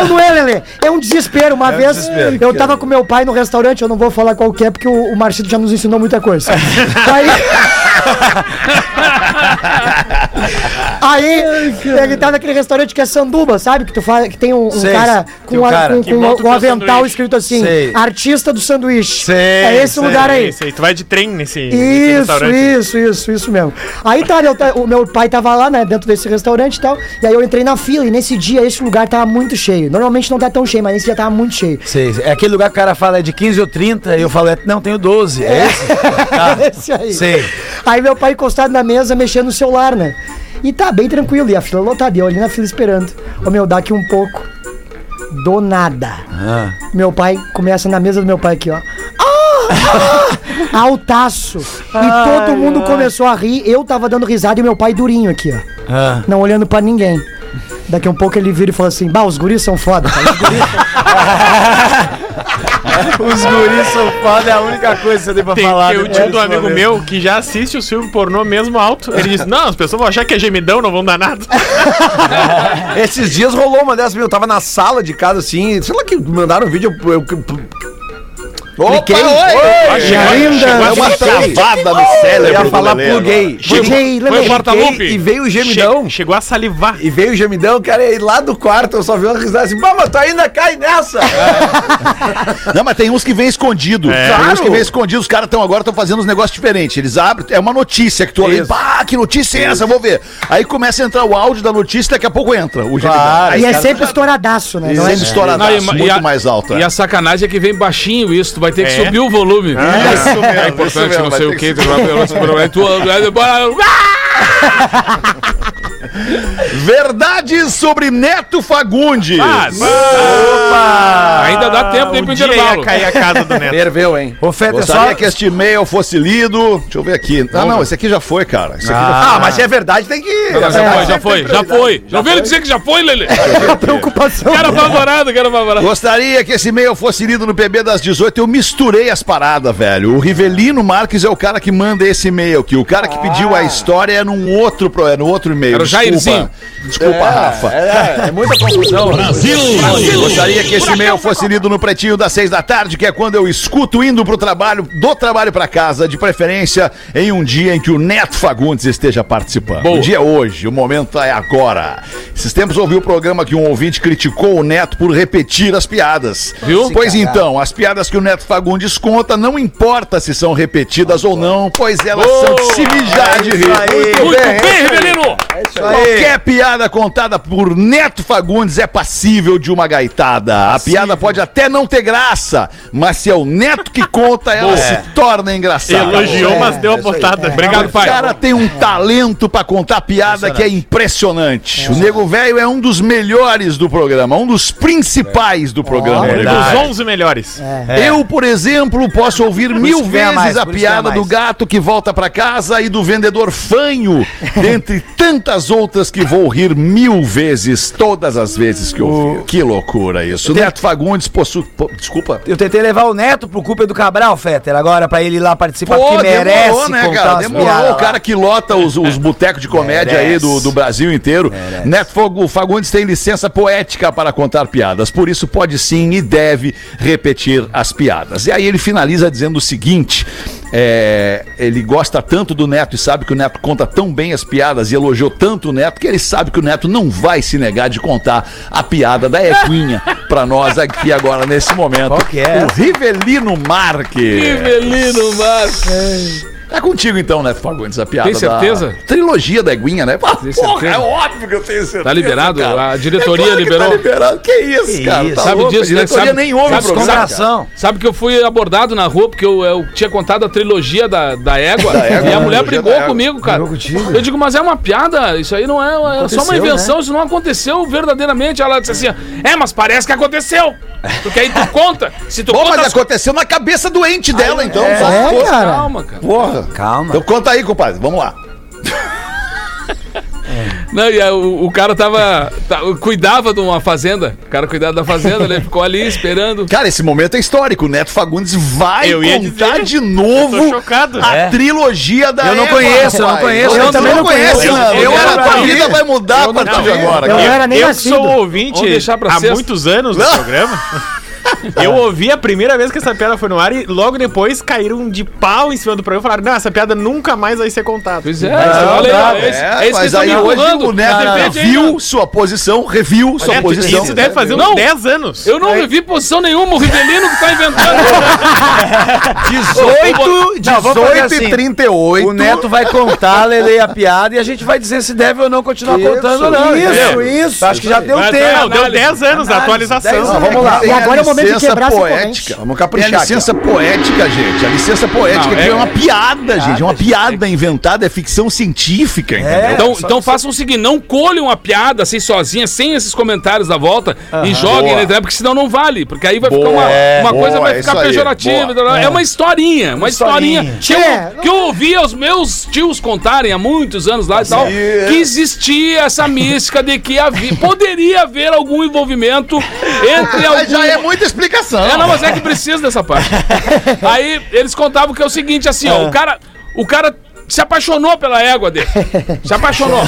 Eu não é, Lelê. É um desespero. Uma vez eu é. tava com meu pai no restaurante, eu não vou falar qual que é, porque o, o Marcito já nos ensinou muita coisa. Aí. Aí, ele tá naquele restaurante que é sanduba, sabe? Que tu faz, que tem um, um Sei, cara tem com, um a- cara com- que com monta o um teu avental sanduíche. escrito assim, Sei. artista do sanduíche. Sei, é esse sei, lugar aí. Esse aí, tu vai de trem nesse, nesse Isso, isso, isso, isso mesmo. Aí tá, eu ta- o meu pai tava lá, né, dentro desse restaurante e tal. E aí eu entrei na fila e nesse dia esse lugar tava muito cheio. Normalmente não tá tão cheio, mas nesse dia tava muito cheio. Sei, sei. É aquele lugar que o cara fala é de 15 ou 30 e eu falo, é, não, tenho 12. É esse? Tá. Esse aí. Sei. Aí meu pai encostado na mesa, mexendo no celular, né? E tá bem tranquilo, e a fila lotada, e eu ali na fila esperando. Ô meu, dá aqui um pouco. Do nada. Meu pai começa na mesa do meu pai aqui, ó. Ah, ah, Altaço. E todo mundo começou a rir. Eu tava dando risada e meu pai durinho aqui, ó. Ah. Não olhando pra ninguém. Daqui a um pouco ele vira e fala assim: Bah, os guris são foda. cara." Os guris são foda, é a única coisa que você tem pra Tem, falar. eu né? tinha um Esse amigo momento. meu que já assiste o filme pornô mesmo alto. Ele disse: Não, as pessoas vão achar que é gemidão, não vão dar nada. Esses dias rolou uma dessas, eu tava na sala de casa assim, sei lá que mandaram um vídeo, eu, eu, cliquei. Oi, Chegou- chegou ainda a eu ficar matei. Travada no Eu cérebro. ia falar do Lelê pluguei. Chegou- Cheguei, foi lembrei, o Porta-Lupe. cliquei E veio o gemidão. Che chegou a salivar. E veio o gemidão, cara, e lá do quarto eu só vi uma risada assim, "Bah, mas tu ainda cai nessa! agora. Não, mas tem uns que vem escondido. É. Tem uns que vem escondido. Os caras estão agora estão fazendo uns negócios diferentes. Eles abrem, é uma notícia que tu olha. e, Isso. Pá, que notícia é essa? Vou ver. Aí começa a entrar o áudio da notícia e daqui a pouco entra o gemidão. Claro. Aí e é sempre estouradaço, né? Não é- sempre estouradaço, Não, e- muito e a- mais alto. E a sacanagem é que vem baixinho isso, tu vai ter que É. subir o volume. É isso mesmo, É isso importante, mesmo, não vai sei ter o que. que Tu vai- tu vai- é bora- Verdades sobre Neto Fagundes. Ah, Ainda dá tempo de ir um pro dia intervalo. ia cair a casa do Neto. Ferveu, hein? Oferta é Gostaria só. que este e-mail fosse lido. Deixa eu ver aqui. Ah, não, esse aqui já foi, cara. Esse aqui já Ah, mas se é verdade, tem que. Já foi, já foi, já foi. Já ouviram dizer que já foi, Lelê? Preocupação. Quero apavorado, quero apavorado. Ah. Gostaria que esse e-mail fosse lido no PB das 18. Eu misturei as paradas, velho. O Rivelino Marques é o cara que manda esse e-mail aqui. O cara que pediu a história é num outro, pro- é no outro e-mail. Era o Jairzinho. Desculpa, Desculpa, Rafa. É, é muita confusão. Gostaria que esse e-mail fosse lido no pretinho das seis da tarde, que é quando eu escuto indo pro trabalho, do trabalho pra casa, de preferência em um dia em que o Neto Fagundes esteja participando. Boa. O dia é hoje, o momento é agora. Esses tempos ouvi o programa que um ouvinte criticou o Neto por repetir as piadas. Viu? Pois então, as piadas que o Neto Fagundes conta, não importa se são repetidas ou não, pois elas são de se mijar de rir. Muito bem, Rivelino! É isso Qualquer piada contada por Neto Fagundes é passível de uma gaitada. A piada pode até não ter graça, mas se é o Neto que conta, ela se torna engraçada. Elogiou, É, mas deu é a isso aí. botada. É. Obrigado, O cara tem um talento pra contar piada que é impressionante. O Nego Velho é um dos melhores do programa, um dos principais do programa. o Nego Dos Velho. 11 melhores. Eu, por exemplo, posso ouvir mil É. isso que ganha vezes mais, a por isso que ganha piada do mais. gato que volta pra casa e do vendedor fanho, dentre tantas outras que vou rir mil vezes, todas as vezes que ouvir. Que loucura isso. Neto Fagundes possui. po- Desculpa. Eu tentei levar o Neto pro Cooper do Cabral, Fetter, agora pra ele ir lá participar, Pô, porque merece demorou, né, contar cara? umas Demorou. piadas O lá. cara que lota os, os botecos de comédia aí do, do Brasil inteiro. Neto Fogo Fagundes tem licença poética para contar piadas, por isso pode sim e deve repetir as piadas. E aí ele finaliza dizendo o seguinte. é, ele gosta tanto do Neto e sabe que o Neto conta tão bem as piadas e elogiou tanto o Neto que ele sabe que o Neto não vai se negar de contar a piada da Equinha pra nós aqui agora nesse momento. Qual que é? O Rivelino Marques. Rivelino Marques. Tá contigo então, né, Fagundes, a piada Tem certeza? da- Trilogia da Eguinha, né? Ah, Tem porra, certeza? é óbvio que eu tenho certeza, Tá liberado? cara. A diretoria É claro que liberou? Tá liberado. Que isso, Que cara? isso. Tá Sabe louco? disso, A né? diretoria Sabe- nem ouve sabe o programa. cara. Descontração. Sabe que eu fui abordado na rua porque eu, eu tinha contado a trilogia da, da égua égua, e né? a Trilogia mulher brigou da égua. comigo, cara. Brigou contigo? Eu digo, mas é uma piada, isso aí não é, é só uma Aconteceu, né? invenção, isso não aconteceu verdadeiramente. Ela disse assim: ó, é, mas parece que aconteceu. Porque aí tu conta. Se tu Pô, conta. mas é as- aconteceu na cabeça Ah, doente dela, então. é, só se fosse- cara. Calma, cara. Porra. Calma. Então conta aí, compadre. Vamos lá. Não, e aí, o, o cara tava. tá- cuidava de uma fazenda. O cara cuidava da fazenda, ele ficou ali esperando. Cara, esse momento é histórico. O Neto Fagundes vai Eu ia contar dizer. de novo Tô chocado. a É. trilogia da Eu não Eva, conheço, eu não rapaz. conheço. Você Eu também não não conhece, conheço, não. não. Eu, Eu a não tua conheço. vida vai mudar a partir de agora, Eu cara. não era nem eu que nascido. sou um ouvinte Vamos deixar pra há sexta. muitos anos do programa. Eu ouvi a primeira vez que essa piada foi no ar e logo depois caíram de pau em cima do programa e falaram: Não, essa piada nunca mais vai ser contada. Pois é, Não, olha dá, aí, ó, é, isso- é, é, isso que mas eles tão aí me hoje enrolando. o Neto De repente aí, né? viu sua posição, reviu é sua Neto, posição. isso deve fazer Não. uns 10 anos. Eu não vivi posição nenhuma, o Rivelino que tá inventando. 18, 18 e e assim. 38. 38. O Neto vai contar, Lele, a piada e a gente vai dizer se deve ou não continuar contando ou não. isso, entendeu? isso. Acho que já deu Mas, É, não, tempo. deu 10 anos da atualização. anos. Vamos lá. E agora é o momento de licença quebrar essa poética. corrente. Vamos caprichar. É a licença poética, gente. A licença poética Não, que é, é- uma piada, gente. É uma piada inventada, é ficção científica, entendeu? Então, então façam o seguinte: não colhem uma piada assim sozinha, sem esses comentários da volta, e joguem na internet, porque senão não vale. Porque aí vai ficar uma, uma Boa, coisa, vai é ficar isso aí, pejorativa. boa. blá, blá. É. uma historinha, uma historinha, que, eu, É, que eu ouvi aos meus tios contarem há muitos anos lá e tal, que existia essa mística de que havia, poderia haver algum envolvimento entre algum. Mas já é muita explicação. É, não, mas é que precisa dessa parte. Aí eles contavam que é o seguinte, assim, ó, o cara, o cara se apaixonou pela égua dele. Se apaixonou.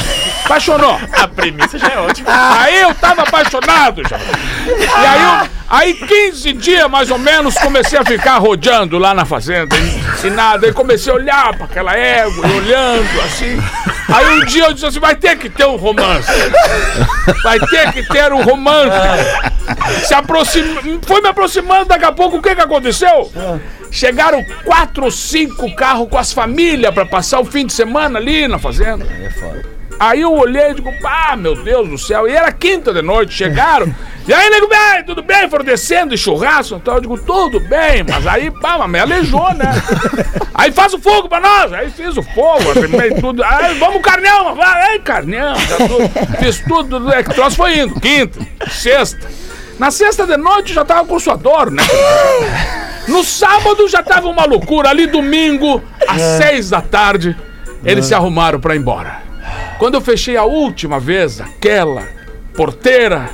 Apaixonou. A premissa já é ótima. Aí eu tava apaixonado, já. E aí, eu- aí 15 dias mais ou menos, comecei a ficar rodeando lá na fazenda e, e nada. Aí comecei a olhar pra aquela égua, e olhando assim. Aí um dia eu disse assim: vai ter que ter um romance. Vai ter que ter um romance. Se aproxima, foi me aproximando, daqui a pouco o que, que aconteceu? Chegaram quatro ou cinco carros com as famílias pra passar o fim de semana ali na fazenda. Aí eu olhei e digo, ah, meu Deus do céu. E era quinta de noite, chegaram. E aí, nego, bem, tudo bem? Foram descendo e churrasco e tal. Eu digo, tudo bem, mas aí, pá, mas me aleijou, né? Aí faz o fogo pra nós. Aí fiz o fogo, arrumei tudo. Aí, vamos, carnão, vai, ei, carnão. já tô- Fiz tudo, né? que troço foi indo. Quinta, sexta. Na sexta de noite eu já tava com suador, né? No sábado já tava uma loucura. Ali domingo, às seis da tarde, eles se arrumaram pra ir embora. Quando eu fechei a última vez aquela porteira,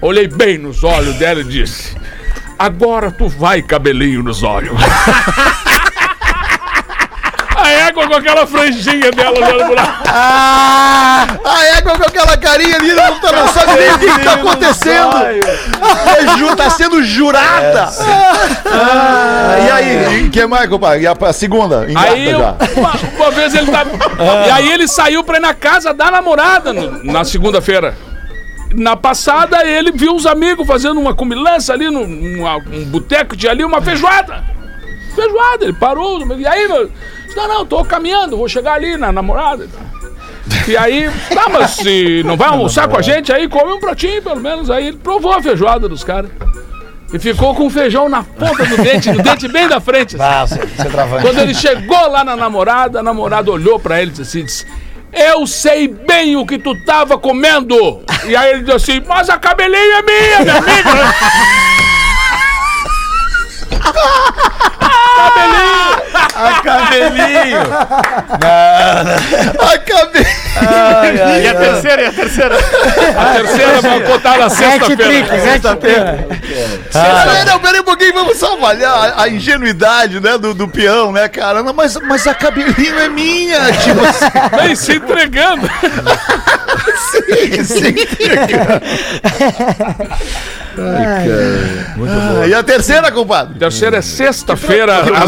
olhei bem nos olhos dela e disse: Agora tu vai, cabelinho nos olhos. A égua com aquela franjinha dela olhando pra lá. Ah! A égua com aquela carinha ali, não, tá- não sabe nem o que, que tá acontecendo. É, ju- tá sendo jurada. Ah, É, e aí, o que mais, compadre? E a, a segunda, engata Aí eu- já. uma, uma vez ele tava. E aí ele saiu pra ir na casa da namorada no- na segunda-feira. Na passada ele viu os amigos fazendo uma cumilança ali, num, numa- um boteco de ali, uma feijoada. Feijoada, ele parou. E aí, meu? Disse, Não, não, tô caminhando, vou chegar ali na namorada. E aí, tá, mas se não vai almoçar com a gente, aí come um pratinho, pelo menos. Aí ele provou a feijoada dos caras. E ficou com o feijão na ponta do dente, no dente bem da frente. assim. Quando ele chegou lá na namorada, a namorada olhou pra ele e disse assim, disse, eu sei bem o que tu tava comendo. E aí ele disse assim, mas a cabelinha é minha, minha amiga. E É, a terceira, e a terceira. A terceira vai contar na sexta-feira. Não, não, pera aí um pouquinho, vamos só avaliar a, a ingenuidade, né, do, do peão, né, cara? Não, mas, mas a cabelinho é minha, tipo assim. Vem se entregando. sim. Ah, e a terceira, compadre? Terceira é sexta-feira, às 18 Ah,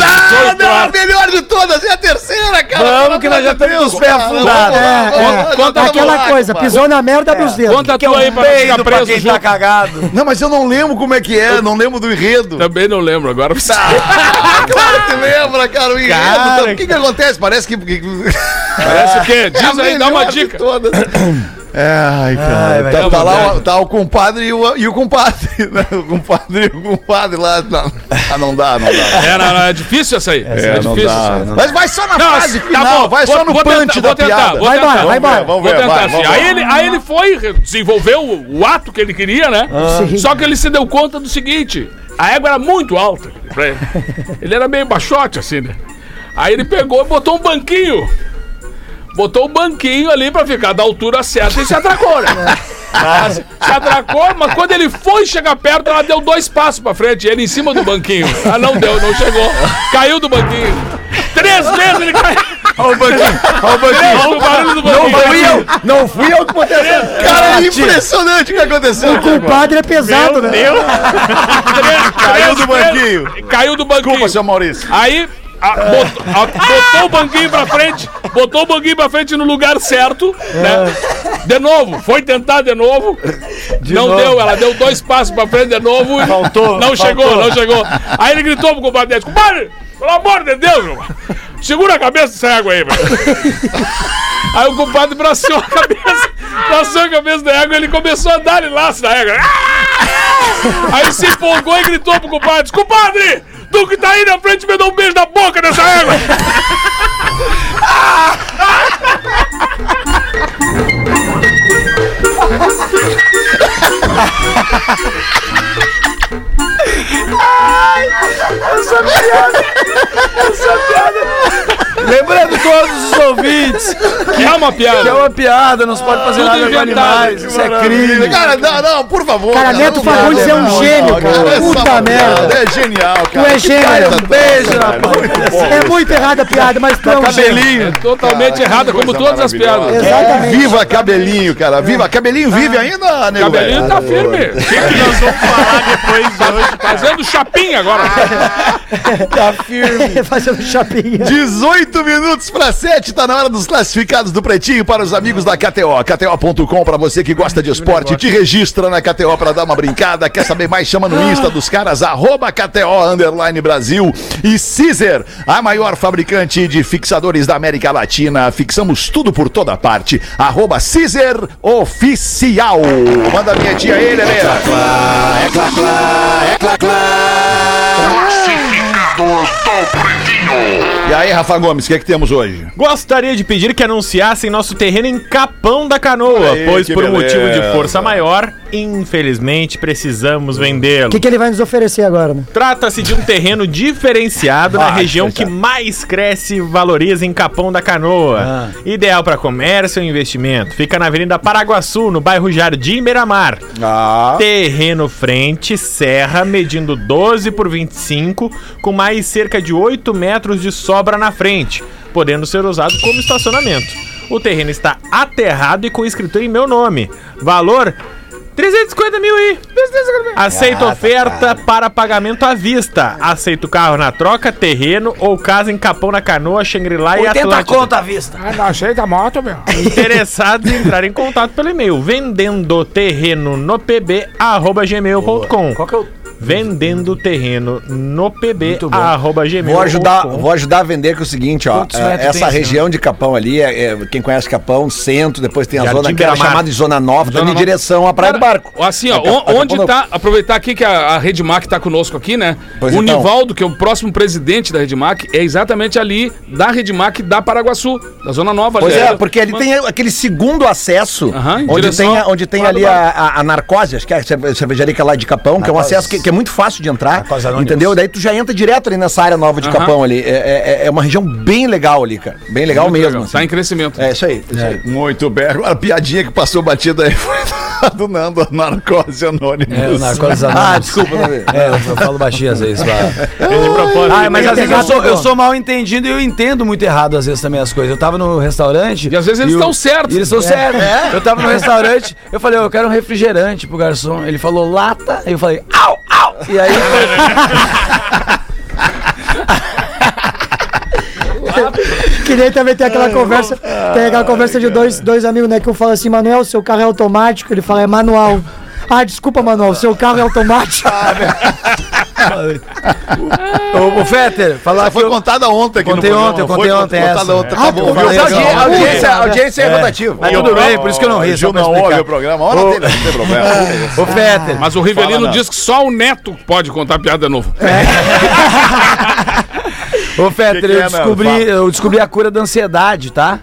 não, a horas. melhor de todas, é a terceira, cara. Vamos que nós já temos os pés afundados. É, é. Aquela coisa, pisou na merda, abre os dedos. Conta a tua aí pra não ficar Peido pra preso. quem junto. tá cagado. Não, mas eu não lembro como é que é, não lembro do enredo. Também não lembro agora. Ah, claro que lembra, cara, o enredo. tá. Cara, o que que acontece? Parece que... que- Parece o quê? É a Diz aí, dá uma melhor de dica. todas. Ai, Ai, cara. vai tá, dar tá lá vontade. o, tá o compadre e o, e o compadre. né? O compadre e o compadre lá. Não, ah, não dá, não dá. É, não, não, é difícil essa aí. É, não difícil. dá, essa aí. não né? dá. Mas vai só na Não, fase tá final, bom, vai só vou- no vou punch tentar, da vou tentar, piada. vou Vai embora, tentar. vai embora. Vamos Vou ver, tentar, vai, sim. vamos aí, ver. ele, aí ele foi, re- desenvolveu o, o ato que ele queria, né? Sim. Só que ele se deu conta do seguinte: a égua era muito alta pra ele. Ele era meio baixote, assim, né? Aí ele pegou e botou um banquinho. Botou um banquinho ali pra ficar da altura certa e se atracou, né? Mas Se atracou, mas quando ele foi chegar perto, ela deu dois passos pra frente. Ele em cima do banquinho. Ah, não deu, não chegou. Caiu do banquinho. Três vezes ele caiu. Olha o banquinho, olha o banquinho. Olha o barulho do banquinho. Não fui eu, não fui eu que botei essa. Cara, é impressionante o que aconteceu. O compadre é pesado, né? Caiu do Três banquinho. vezes. Caiu do banquinho. Desculpa, seu Maurício. Aí a- bot- a- botou o banquinho pra frente, botou o banquinho pra frente no lugar certo, É. né? De novo, foi tentar de novo. não novo. deu, ela deu dois passos pra frente de novo. e Faltou, Não faltou. chegou, não chegou. Aí ele gritou pro compadre dele, compadre, pelo amor de Deus, meu, segura a cabeça dessa água aí, velho. Aí o compadre braçou a cabeça, braçou a cabeça da égua e ele começou a dar laço na égua. Aí se empolgou e gritou pro compadre: Compadre, tu que tá aí na frente me dá um beijo na boca nessa égua. Lembrando todos os ouvintes Que é uma que é piada. uma piada, não se pode fazer Tudo nada com inventado, animais. Isso é crime. Cara, não, não, por favor. Cara, Neto não Fagundes dá, é um não, gênio, não, cara. essa Puta piada merda. É genial, Tu cara. é gênio. Cara, beijo, É muito errada a piada, mas tu é um gênio. É totalmente errada, como todas as piadas. Exatamente. Ah. Viva cabelinho, cara. Viva. Cabelinho vive ainda, nego. Cabelinho velho? tá firme. O que que nós vamos falar depois hoje? Ah, Fazendo chapinha agora. Fazendo chapinha. 18 minutos para 7, tá na hora dos classificados do Pretinho para os amigos da KTO. KTO.com para você que gosta de esporte, te registra na KTO para dar uma brincada. Quer saber mais? Chama no Insta dos caras, arroba KTO Underline Brasil e Caesar, a maior fabricante de fixadores da América Latina. Fixamos tudo por toda parte. Arroba Caesar Oficial. Manda a vinhetinha aí, Lelê. E aí, Rafa Gomes, o que é que temos hoje? Gostaria de pedir que anunciassem nosso terreno em Capão da Canoa, Aí, pois que por um beleza. motivo de força maior, infelizmente precisamos vendê-lo. O que, que ele vai nos oferecer agora, né? Trata-se de um terreno diferenciado na região que mais cresce e valoriza em Capão da Canoa. Ideal para comércio e investimento. Fica na Avenida Paraguaçu, no bairro Jardim Beiramar. Terreno frente, serra, medindo 12 por 25, com mais cerca de 8 metros de sobra na frente, podendo ser usado como estacionamento. O terreno está aterrado e com escritura em meu nome. Valor 350 mil aí. Aceito oferta para pagamento à vista. Aceito carro na troca, terreno ou casa em Capão na Canoa, Xangri-Lá e 80 Atlântida. conto à vista. é Ah, não, achei tá da moto, meu. Interessados em entrar em contato pelo e-mail vendendo terreno no pb@gmail.com. Qual que é o vendendo terreno no pb Muito bom. arroba gmail Vou ajudar, ponto com. vou ajudar a vender que é o seguinte, ó. Quantos é, metros essa tem, região de Capão ali, é, é, quem conhece Capão, centro, depois tem a Jardim zona que era Beira-Mar. chamada de Zona Nova, Zona também em Nova. direção à Praia do Barco. Assim, ó, A Cap- a on- Capão onde Novo. tá. Aproveitar aqui que a, a Redmac tá conosco aqui, né? Pois o então. Nivaldo, que é o próximo presidente da Redmac, é exatamente ali da Redmac da Paraguaçu, da Zona Nova. Pois ali. é, porque ali tem aquele segundo acesso, Aham, em onde, direção tem, a- onde tem ao lado ali do a, a, a Narcose, acho que é a cerve- cervejaria que é lá de Capão, que é um Narcose. acesso que, que é muito fácil de entrar, Narcose Anonymous. entendeu? Daí tu já entra direto ali nessa área nova de Aham. Capão ali. É, é- é uma região bem legal ali, cara. Bem legal Muito mesmo. legal. assim. Tá em crescimento. É isso aí. isso aí. Muito bem. Agora, a piadinha que passou batida aí foi do Nando Narcose Anônimo. É, o Narcose Anônimos. Ah, desculpa. É, eu falo baixinho às vezes. vai. Eu de propósito. Ah, mas às vezes eu sou, eu sou mal entendido e eu entendo muito errado às vezes também as coisas. Eu tava no restaurante. E às vezes eles e o- estão certos. É. e Eles estão certos. Eu tava no restaurante, eu falei, eu quero um refrigerante pro garçom. Ele falou lata, eu falei, au, au. E aí. Que nem também tem aquela conversa, tem aquela conversa de dois, dois amigos, né? Que eu falo assim, Manuel, seu carro é automático, ele fala, é manual. Ah, desculpa, Manuel, seu carro é automático. Ô, ô Fetter, falar que Ah, Foi eu- contada ontem aqui Contei programa, ontem, eu não contei foi? ontem Contada essa. ontem, Ah, tá bom. tu ouviu Valeu, essa? Gil. Ah, audiência, audiência é rotativa. Mas tudo bem, por isso que eu não O ri, só um Gil pra não ouve o explicar. programa. Hora dele, não tem problema. Ô Fetter, Mas o Rivelino Fala, Nando. diz que só o Neto pode contar piada novo. ô Fetter, Que que é, mano? eu, descobri, Fala. eu descobri a cura da ansiedade, tá?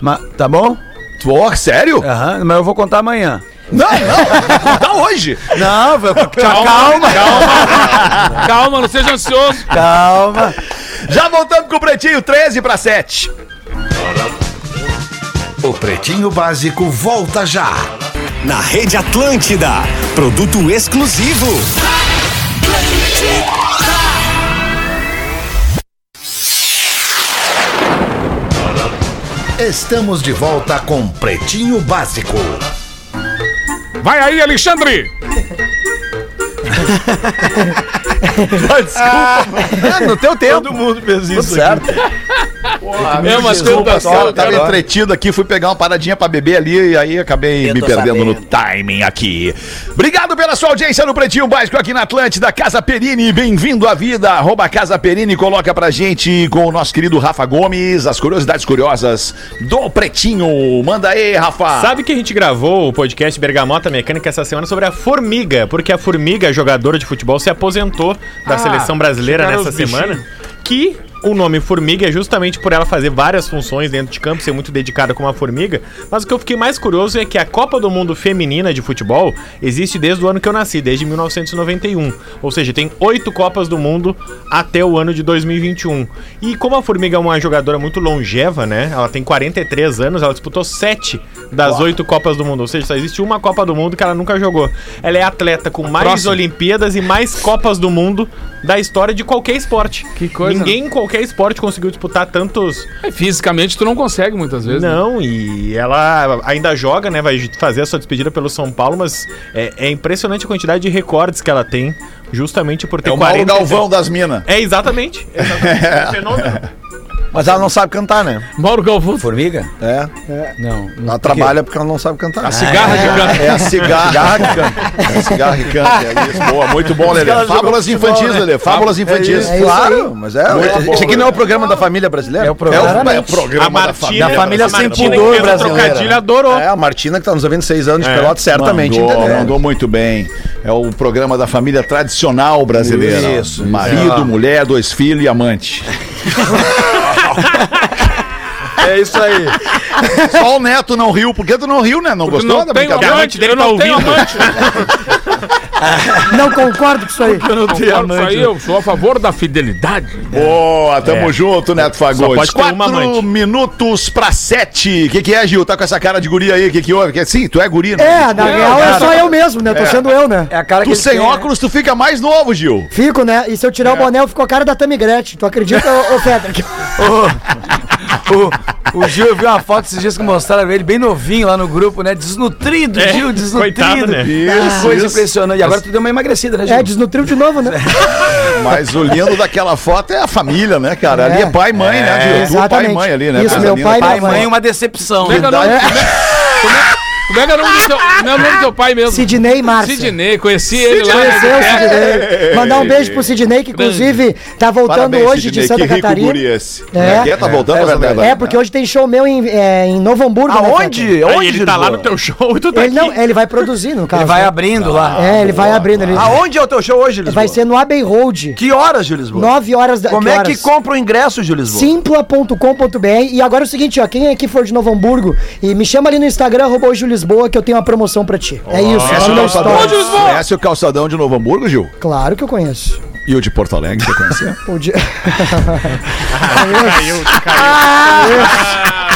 Ma- tá bom? Pô, sério? Aham, mas eu vou contar amanhã. Não, não. Dá hoje. Não, velho, calma, calma. Calma, calma não seja ansioso. calma. Já voltamos com o Pretinho, 13 para 7. O Pretinho Básico volta já. Na Rede Atlântida. Produto exclusivo. Estamos de volta com Pretinho Básico. Vai aí, Alexandre. Ah. É, no teu tempo. Ah, Todo mundo fez Tudo isso. certo. É umas coisas da Eu tava entretido aqui, fui pegar uma paradinha pra beber ali e aí acabei me perdendo no timing aqui. Obrigado pela sua audiência no Pretinho Básico aqui na Atlântida, Casa Perini, bem-vindo à vida, arroba Casa Perini, coloca pra gente com o nosso querido Rafa Gomes, as curiosidades curiosas do Pretinho. Manda aí, Rafa. Sabe que a gente gravou o podcast Bergamota Mecânica essa semana sobre a formiga, porque a formiga, jogadora de futebol, se aposentou da Ah, seleção brasileira chegaram nessa os bichinhos. semana. Que o nome formiga é justamente por ela fazer várias funções dentro de campo, ser muito dedicada como uma formiga. Mas o que eu fiquei mais curioso é que a Copa do Mundo Feminina de Futebol existe desde o ano que eu nasci, desde 1991. Ou seja, tem oito Copas do Mundo até o ano de 2021. E como a formiga é uma jogadora muito longeva, né? Ela tem 43 anos, ela disputou sete das oito Copas do Mundo. Ou seja, só existe uma Copa do Mundo que ela nunca jogou. Ela é atleta com mais próxima. Olimpíadas e mais Copas do Mundo da história de qualquer esporte. Que coisa, Ninguém em qualquer esporte conseguiu disputar tantos. É, Fisicamente tu não consegue muitas vezes. né? Não, e ela ainda joga, né? Vai fazer a sua despedida pelo São Paulo, mas é, é impressionante a quantidade de recordes que ela tem, justamente por ter É o Mauro 40 Galvão das Minas. É, exatamente. exatamente. É um fenômeno. Mas ela não sabe cantar, né? Mauro Galvão, Formiga? É. Não. Ela trabalha porque ela não sabe cantar. Ah, cigarra de canto. É a cigarra que canta. É a cigarra que canta. É isso. Boa, muito bom, Lelê. Fábulas infantis, Lelê. Fábulas infantis. É isso Claro, mas é. Muito bom, Esse aqui não é o programa da família brasileira? É o É programa. o, é o programa A Martina, da família. a família sem Martina pudor que fez o brasileira. trocadilho adorou. É, a Martina que tá nos ouvindo seis anos de É. pelota, certamente mandou, entendeu. mandou muito bem. É o programa da família tradicional brasileira. Isso, Marido, mulher, dois filhos e amante. É isso aí. Só o Neto não riu. Por que tu não riu, né? Não tu gostou não da tem brincadeira? amante amante, dele eu tá não tenho ouvindo. amante. Não concordo com isso aí. Eu não tenho amante. Isso aí, eu sou a favor da fidelidade. Boa, tamo junto, Neto Fagundes. É. pode ter uma amante. minutos pra sete. O que, que é, Gil? Tá com essa cara de guri aí? O que, que houve? Que- Sim, tu é guri, né? É, na real é só eu mesmo, né? Tô sendo eu, né? É a cara Tu que sem ele tem, né? óculos, tu fica mais novo, Gil. Fico, né? E se eu tirar o boné, eu fico a cara da Tammy Gretchen. Tu acredita, ô, ô Fedra? O, o Gil, eu vi uma foto esses dias que mostraram ele bem novinho lá no grupo, né? Desnutrido, É, Gil, desnutrido. coitado, né? Que coisa impressionante. E agora tu deu uma emagrecida, né, Gil? É, desnutriu de novo, né? Mas o lindo daquela foto é a família, né, cara? Ali é pai e mãe, né, Gil? Tu, pai e exatamente. mãe ali, né? Isso, Coisa meu linda. pai tá e Pai, um Não, mãe, mas- uma decepção. Como é que é o nome? Como é- como é- Como é que é o nome do teu, não é o nome do teu pai mesmo? Sidney Márcio. Sidney, conheci ele lá. Conheceu o É, Sidney. Mandar um beijo pro Sidney, que inclusive tá voltando Parabéns, hoje Sidney, de Santa que rico Catarina. guri esse. É. Como que Tá voltando pra Santa Catarina. É, porque hoje tem show meu em, é, em Novo Ah, Hamburgo. né, Fetter? Aonde? Aonde? ele tá lá no teu show e tu tá Ele não, aqui. ele vai produzir, no caso. Ele vai né? abrindo lá. É, ele vai abrindo. Ele... Aonde é o teu show hoje, Lisboa? Vai ser no Abbey Road. Que horas, Júlio Lisboa? 9 horas da Como é que horas? compra o ingresso, Júlio Lisboa? Simpla.com.br e agora é o seguinte, ó, quem aqui for de Novo Hamburgo e me chama ali no Instagram, arroba hoje o Lisboa, que eu tenho uma promoção pra ti. é isso, tá manda um story. Conhece o calçadão de Novo Hamburgo, Gil? Claro que eu conheço. E o de Porto Alegre, você conhecia? O dia-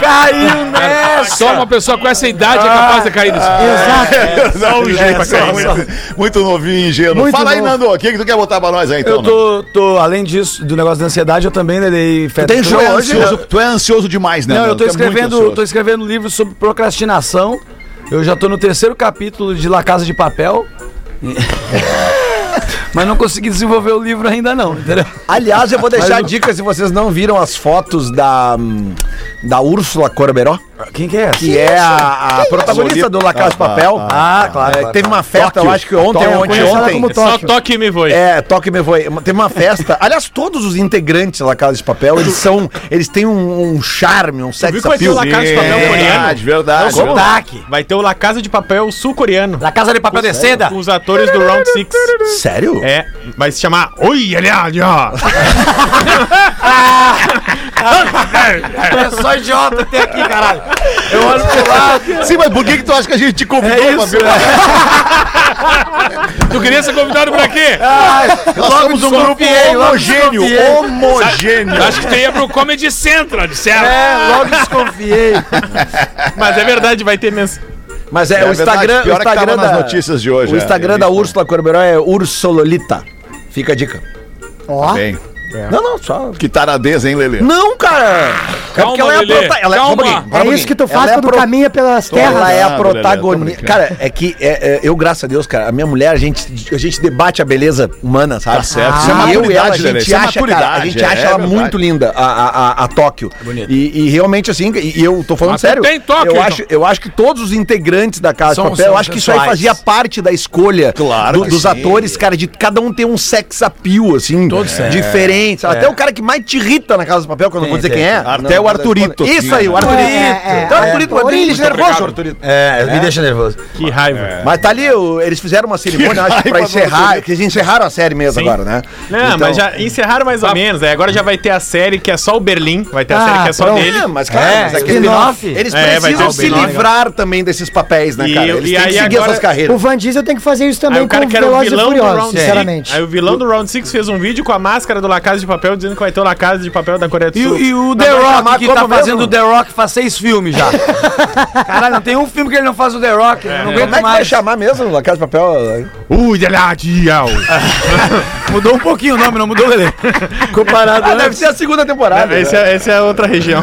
Caiu cara, Só uma pessoa com essa idade é capaz de cair nisso. É, Exato. Não, um jeito pra cair. Muito novinho, ingênuo. é, Muito Fala aí, novo. Nando, o que, que tu quer botar pra nós aí, então? Eu tô, tô, além disso, do negócio da ansiedade, eu também né, dei fé. Nando? Tu, é ansioso, tu é ansioso demais, né? Não, eu Nando? tô Tu é muito escrevendo, ansioso. tô escrevendo um livro sobre procrastinação. Eu já tô no terceiro capítulo de La Casa de Papel. Mas não consegui desenvolver o livro ainda não, entendeu? Aliás, eu vou deixar a dica se vocês não viram as fotos da hum, da Úrsula Corberó, Quem que é? que é a, a protagonista Solito- do La Casa de Papel. Ah, claro. É, claro. teve uma festa, eu acho que ontem, Eu ontem, conheço ela um ontem. como Só Tóquio. toque e me voe. É, toque me foi. Teve uma festa. Aliás, todos os integrantes da La Casa de Papel, eles são. Eles têm um, um charme, um viu sexo é que vai ter appeal. o La Casa de Papel coreano? Verdade, É, verdade. Como? Sotaque. Vai ter o La Casa de Papel sul-coreano. La Casa de Papel de Seda. Com os atores do Round Six. Sério? É, vai se chamar Oi, olha, olha. É só idiota que tem aqui, caralho. Eu olho pro lado. Sim, mas por que, que tu acha que a gente te convidou pra É isso, ver? Tu queria ser convidado pra quê? Nós somos um é. grupo desconfiei, logo homogêneo. desconfiei. Homogêneo. Acho que tu ia pro Comedy Central, disseram. É, logo desconfiei. Mas é verdade, vai ter mens... Mas é, É o verdade, Instagram. pior o é que tava Instagram nas notícias de hoje, O é, Instagram é da isso, né? Úrsula Corberó é Ursololita. Fica a dica. Tá Ó, Bem, É. Não, não, só. que taradeza, hein, Lelê? Não, cara! É Calma, porque ela é a Lelê, prota... ela é... só calma. um pouquinho, só um é pouquinho. isso que tu Ela faz é quando pro- caminha pelas Ela terras. é a Obrigado, Lelé, tô protagonista. brincando. Cara, é que é, é, eu, graças a Deus, cara, a minha mulher, a gente, a gente debate a beleza humana, sabe? Tá certo. Isso é Ah, eu e ela, a maturidade, Lelé, gente isso é acha, cara, a maturidade, gente é acha ela verdade. É muito linda, a, a, a, a Tóquio. E, e realmente, assim, e e eu tô falando Mas tu sério. tem Tóquio, eu, então. acho, eu acho que todos os integrantes da Casa São- de Papel, eu são acho que isso aí sensuais. fazia parte da escolha Claro que dos sim. atores, cara, de cada um ter um sex appeal, assim, diferente. sabe? Até o cara que mais te irrita na Casa de Papel, que eu não vou dizer quem é. É. Até não o vou Arturito. responder. Isso aí, o Arturito. É, é, Então, é. Arturito, é bem nervoso, Arturito. É, me deixa nervoso. Que raiva. Mas tá ali, o- eles fizeram uma cerimônia, acho que raiva, pra encerrar, Rodrigo. que eles encerraram a série mesmo Sim. agora, né? Não, mas já encerraram mais ou menos. Aí agora já vai ter a série que é só o Berlim. Vai ter a Ah, série que é só pronto. dele. É, mas claro, É, mas aquele spin-off. Eles É, vai ter precisam o se spin-off. livrar também desses papéis, né, E- cara? Eles e têm que aí seguir agora- essas O carreiras. Van Diesel tem que fazer isso Aí também o cara com que era o Velozes e vilão do Furiosos, Round sinceramente. 6. Aí o vilão do Round 6 fez um vídeo com a máscara do La Casa de Papel dizendo que vai ter o La Casa de Papel da Coreia do E, Sul. o- e o The vai chamar Rock, que como tá mesmo? fazendo o The Rock faz seis filmes já. Caralho, não tem um filme que ele não faz o The Rock. não aguento Como é que vai mais. chamar mesmo La Casa de Papel? Ui, Deladial! Mudou um pouquinho o nome, não mudou, Lelê? Comparado Ah, antes. né? deve ser a segunda temporada. né? Essa é, essa é outra região.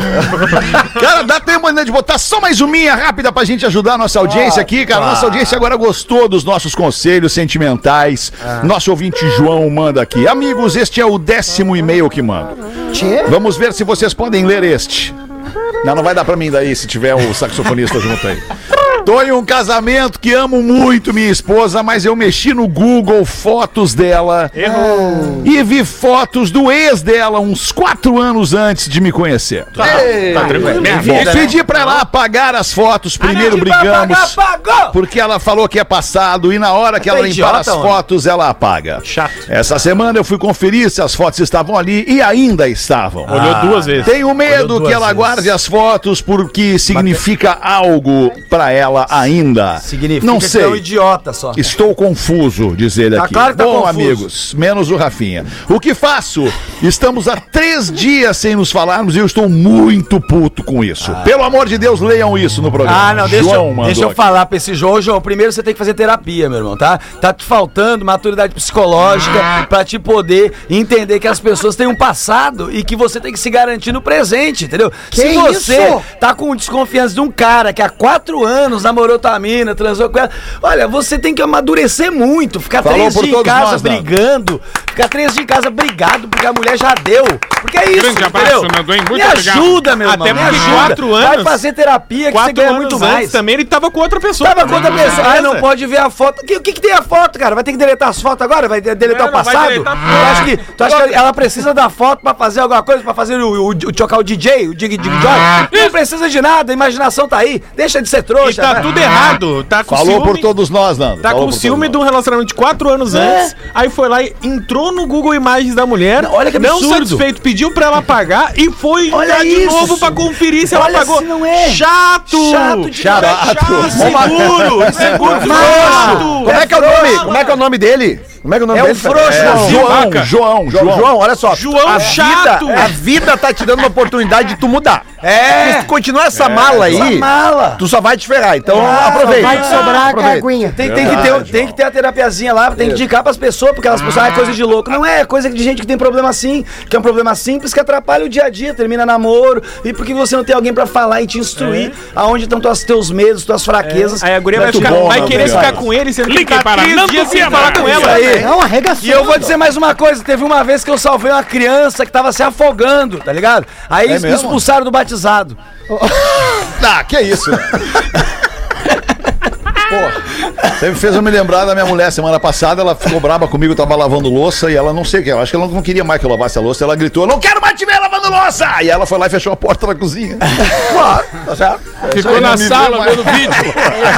Cara, dá tempo ainda de botar só mais uminha rápida pra gente ajudar a nossa audiência aqui, cara. Nossa audiência agora gostou dos nossos conselhos sentimentais. Ah. Nosso ouvinte João manda aqui. Amigos, este é o décimo e-mail que manda. Tchê? Vamos ver se vocês podem ler este. Não, não vai dar pra mim daí se tiver o saxofonista junto aí. Tô em um casamento que amo muito minha esposa, mas eu mexi no Google fotos dela. E vi fotos do ex dela uns quatro anos antes de me conhecer. Tá tranquilo. né? Bom, pedi pra ela apagar as fotos, Ah, primeiro brigamos, Apagou! porque ela falou que é passado e na hora que ela é limpar idiota, as mano. fotos, ela apaga. Chato. Essa semana eu fui conferir se as fotos estavam ali e ainda estavam. Olhou duas vezes. Tenho medo Ah. Olhou duas que ela vezes. guarde as fotos porque significa algo pra ela ainda. Significa Não que é um sei. idiota só. Estou confuso, diz ele Tá aqui. claro que tá Bom, confuso. amigos, menos o Rafinha. O que faço? Estamos há três dias sem nos falarmos e eu estou muito puto com isso. Pelo amor de Deus, leiam isso no programa. Ah, não, deixa, João eu, mandou deixa eu aqui. falar pra esse João. Ô, João, primeiro você tem que fazer terapia, meu irmão, tá? Tá te faltando maturidade psicológica pra te poder entender que as pessoas têm um passado e que você tem que se garantir no presente, entendeu? se você isso? tá com desconfiança de um cara que há quatro anos namorou tua mina, transou com ela, olha, você tem que amadurecer muito, ficar Falou três por dias em todos casa nós, Nando. brigando, Ficar três dias em casa, obrigado, porque a mulher já deu. Porque é isso, Grande abraço, Nando, hein? Muito me obrigado. ajuda, meu Até irmão. me porque ajuda. quatro Vai anos- fazer terapia que você Quatro ganha anos muito antes mais. também ele tava com outra pessoa. Tava com outra Ah, pessoa. Ah, não beleza. pode ver a foto. Que- O que, que tem a foto, cara? Vai ter que deletar as fotos agora? Vai de- deletar Não, o É, não vai passado? deletar tu acha, que, tu acha que ela precisa da foto pra fazer alguma coisa? Pra fazer o, o, o tocar o DJ, o Dig Dig Joy? Não precisa de nada, a imaginação tá aí. Deixa de ser E trouxa. tá né? tudo errado. Tá com Falou por ciúme. todos nós, Nando. Tá Falou com por ciúme todos de um relacionamento de quatro É. anos antes, aí foi lá e entrou no Google Imagens da mulher, Não, olha que não absurdo. satisfeito, pediu pra ela pagar e foi Olha lá de isso. novo pra conferir se ela Olha pagou. se não é. Chato! Chato de- Chato! Seguro! Inseguro! Como é que é o nome? Como é que é o nome dele? Como é que é o nome É um dele? frouxo, É, João, não. João, João, João. João, olha só. João a chato. Vida, a vida tá te dando uma oportunidade de tu mudar. É. Se tu continuar essa mala aí, Tá mala. tu só vai te ferrar. Então aproveita. É, Vai te sobrar a aproveita. aguinha. Tem, tem que ter, o- tem que ter a terapiazinha lá, tem que indicar pras pessoas, porque elas pensam, ah, é coisa de louco. Não é, é coisa de gente que tem problema assim, que é um problema simples que atrapalha o dia a dia, termina namoro, e porque você não tem alguém pra falar e te É. instruir aonde estão tuas, teus medos, tuas fraquezas. Aí a guria vai, Muito ficar, bom, vai né, querer Obrigado. ficar com ele, sendo que Ligue ele tá para três Nando dias sem Viana. falar com Isso ela. aí. Não, arregaçou. E eu vou dizer mais uma coisa: teve uma vez que eu salvei uma criança que tava se afogando, tá ligado? Aí É me mesmo? expulsaram do batizado. Ah, que isso? né? Pô, você me fez eu me lembrar da minha mulher semana passada, ela ficou braba comigo, eu tava lavando louça e ela não sei o que, eu acho que ela não queria mais que eu lavasse a louça, ela gritou, "Eu não quero mais te ver lavando louça! E ela foi lá e fechou a porta da cozinha. Claro, tá certo? Ficou Aí não na me viu sala mais. vendo vídeo.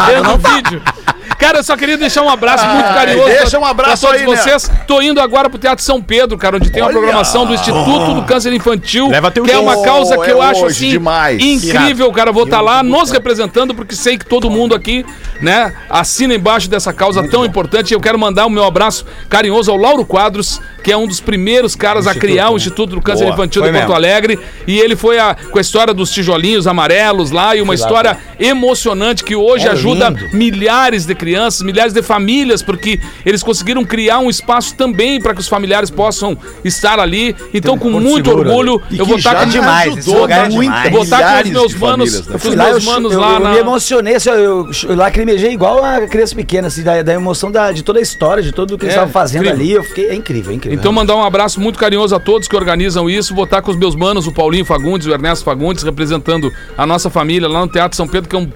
vendo vídeo. Cara, eu só queria deixar um abraço muito tá. Ai, carinhoso. pra- deixa um abraço pra todos aí, né? vocês. Tô indo agora pro Teatro São Pedro, cara, onde tem uma Olha! programação do Instituto do Câncer Infantil, Leva teu que é show. uma causa que É eu acho hoje, assim demais. incrível, cara. Vou estar lá nos representando porque sei que todo mundo aqui, né, assina embaixo dessa causa tão importante. Eu quero mandar o meu abraço carinhoso ao Lauro Quadros, que é um dos primeiros caras a criar o Instituto né? do Câncer Infantil de Porto Alegre, e ele foi a- com a história dos tijolinhos amarelos lá É e uma história emocionante que hoje ajuda milhares de crianças, milhares de famílias, porque eles conseguiram criar um espaço também para que os familiares possam estar ali. Então, com muito orgulho, eu vou tá estar já com demais, esse lugar é demais. eu vou estar com os Milhares meus de manos, famílias, né? com os lá, eu, meus manos eu- lá eu na me emocionei, assim, ó, eu, eu lacrimejei igual uma criança pequena, assim, da, da emoção da- de toda a história, de tudo o que eles É, estavam fazendo incrível. ali. Eu fiquei, é incrível, é incrível. Então, mandar um abraço muito carinhoso a todos que organizam isso. Vou estar com os meus manos, o Paulinho Fagundes, o Ernesto Fagundes, representando a nossa família lá no Teatro São Pedro, que é um,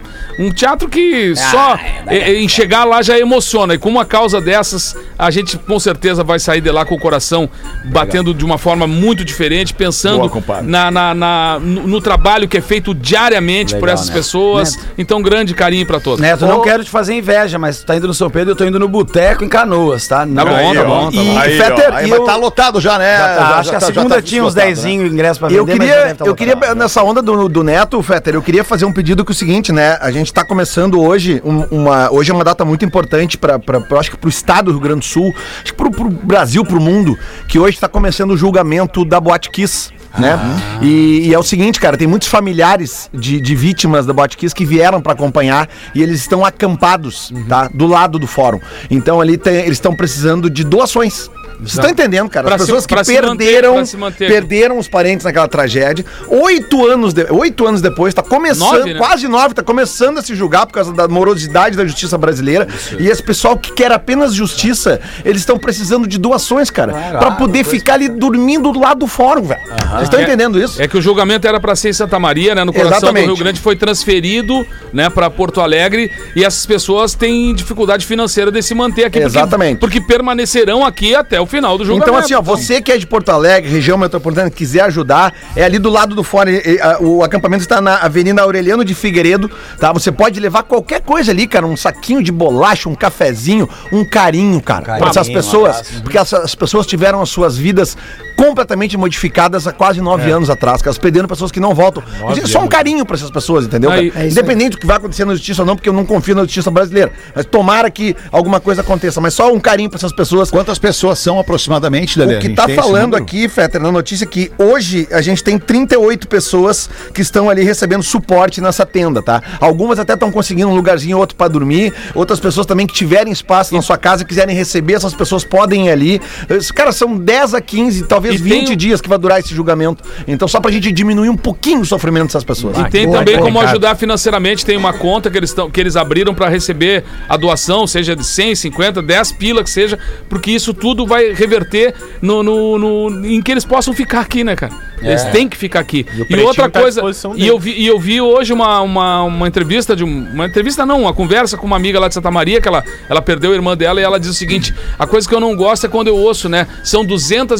um teatro que Ah, só é, em chegar lá já emociona. E com uma causa dessas, a gente com certeza vai sair de lá com o coração batendo de uma forma muito diferente, pensando Boa, compadre. na, na- na- no, no trabalho que é feito diariamente por né? essas pessoas. Então, grande carinho para todos. Neto, não quero te fazer inveja, mas tu tá indo no São Pedro, eu tô indo no Boteco em Canoas, tá? Não, bom, aí, tá ó. bom, tá E bom. Aí, Fetter, ó, aí e vai eu- estar lotado já, né? já tá, Já- acho já que tá- a já segunda tá tinha uns esgotado, 10 né? ingressos pra vender, Eu mas já deve queria, tá eu queria lotado, né? nessa onda do, do Neto, Fetter, eu queria fazer um pedido que é o seguinte, né? A gente tá começando hoje, um- uma, hoje é uma data muito importante para, eu acho que pro estado do Rio Grande do Sul, acho que pro, pro Brasil, pro mundo, que hoje tá começando o julgamento da Boate Kiss. Né? Ah. E, e é o seguinte, cara, tem muitos familiares de, de vítimas da Boate Kiss que vieram para acompanhar e eles estão acampados, Uhum. tá? Do lado do fórum. Então ali tem- eles estão precisando de doações. Vocês estão entendendo, cara? Pra As se- pessoas pra que se manter, perderam, pra se manter. per- perderam os parentes naquela tragédia. Oito anos, de- oito anos depois, tá começando, Nove, né? quase nove, tá começando a se julgar por causa da morosidade da justiça brasileira. E esse pessoal que quer apenas justiça, eles estão precisando de doações, cara, pra Ah, poder ficar ali dormindo do lado do fórum, velho. Vocês estão entendendo isso? É que o julgamento era para ser em Santa Maria, né? No coração Exatamente. do Rio Grande foi transferido, né, para Porto Alegre e essas pessoas têm dificuldade financeira de se manter aqui. porque- Exatamente. Porque, permanecerão aqui até o final do julgamento. Então, assim, ó, você que é de Porto Alegre, região metropolitana, quiser ajudar, é ali do lado do fora. e- e, a- O acampamento está na Avenida Aureliano de Figueiredo, tá? Você pode levar qualquer coisa ali, cara. Um saquinho de bolacha, um cafezinho, um carinho, cara. pra essas pessoas. porque essas pessoas tiveram as suas vidas completamente modificadas há quase nove anos atrás, cara. Elas perderam pessoas que não voltam. Só um carinho pra essas pessoas, entendeu? Aí- cara? Independente do que vai acontecer na justiça ou não, porque eu não confio na justiça brasileira. Mas tomara que alguma coisa aconteça. Mas só um carinho pra essas pessoas. Quantas pessoas são aproximadamente, Lelê? O A que gente tá tem esse falando número? aqui, Fetter, na notícia é que hoje a gente tem 38 pessoas que estão ali recebendo suporte nessa tenda, tá? Algumas até estão conseguindo um lugarzinho ou outro pra dormir, outras pessoas também que tiverem espaço na sua casa e quiserem receber, essas pessoas podem ir ali. Esse- Cara, são 10 a 15, talvez E tem um 20 o- dias que vai durar esse julgamento. Então, só pra gente diminuir um pouquinho o sofrimento dessas pessoas. E tem também como ajudar financeiramente, tem uma conta que eles, tão, que eles abriram para receber a doação, seja de 100, 50, 10 pila que seja, porque isso tudo vai re- reverter no, no- no- em que eles possam ficar aqui, né, cara? Eles têm que ficar aqui. É. E o E, Pretinho outra tá à coisa, disposição e eu, vi, e eu vi hoje uma, uma, uma entrevista de um- uma entrevista não, uma conversa com uma amiga lá de Santa Maria que ela, ela perdeu a irmã dela e ela diz o seguinte: a coisa que eu não gosto é quando eu ouço, né? São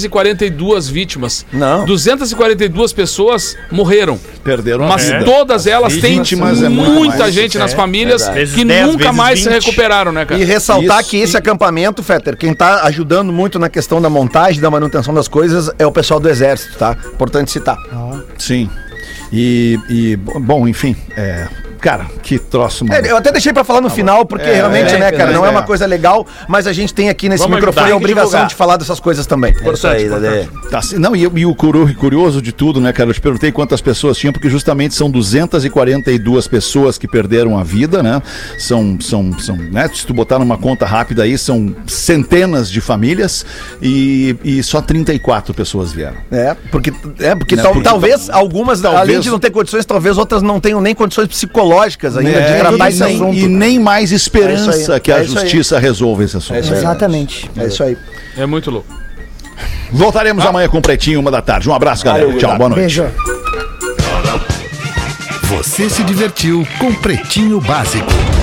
242 vítimas. Não. 242 pessoas morreram, Perderam a mas vida. todas elas têm Vítimas é muito muita mais, gente é, nas famílias verdade. que Vezes 10, nunca vezes mais se 20. recuperaram, né, cara? E ressaltar Isso, que esse acampamento, Fetter, quem tá ajudando muito na questão da montagem, da manutenção das coisas, é o pessoal do Exército, tá? Importante citar. Sim. E, e, bom, enfim, é, cara, que troço, mano. É, eu até deixei pra falar no final, porque É, realmente, é, né, cara, não é uma é. coisa legal, mas a gente tem aqui nesse Vamos microfone ajudar, tem a que obrigação divulgar. de falar dessas coisas também. Importante, importante. Tá, se- não, e, e o curu- curioso de tudo, né, cara? Eu te perguntei quantas pessoas tinham, porque justamente são 242 pessoas que perderam a vida, né? São, são, são né? Se tu botar numa conta rápida aí, são centenas de famílias e, e só 34 pessoas vieram. É, porque, é, porque, Né, tal- porque talvez algumas, além talvez- de não ter condições, talvez outras não tenham nem condições psicológicas ainda É, de tratar e, esse nem, assunto. e nem mais É isso esperança aí, que a é isso aí. justiça resolva esse assunto. Exatamente. É isso aí. É muito louco. Voltaremos Ah. amanhã com o Pretinho, uma da tarde. Um abraço, galera. Tchau, boa noite. Beijo. Você se divertiu com Pretinho Básico.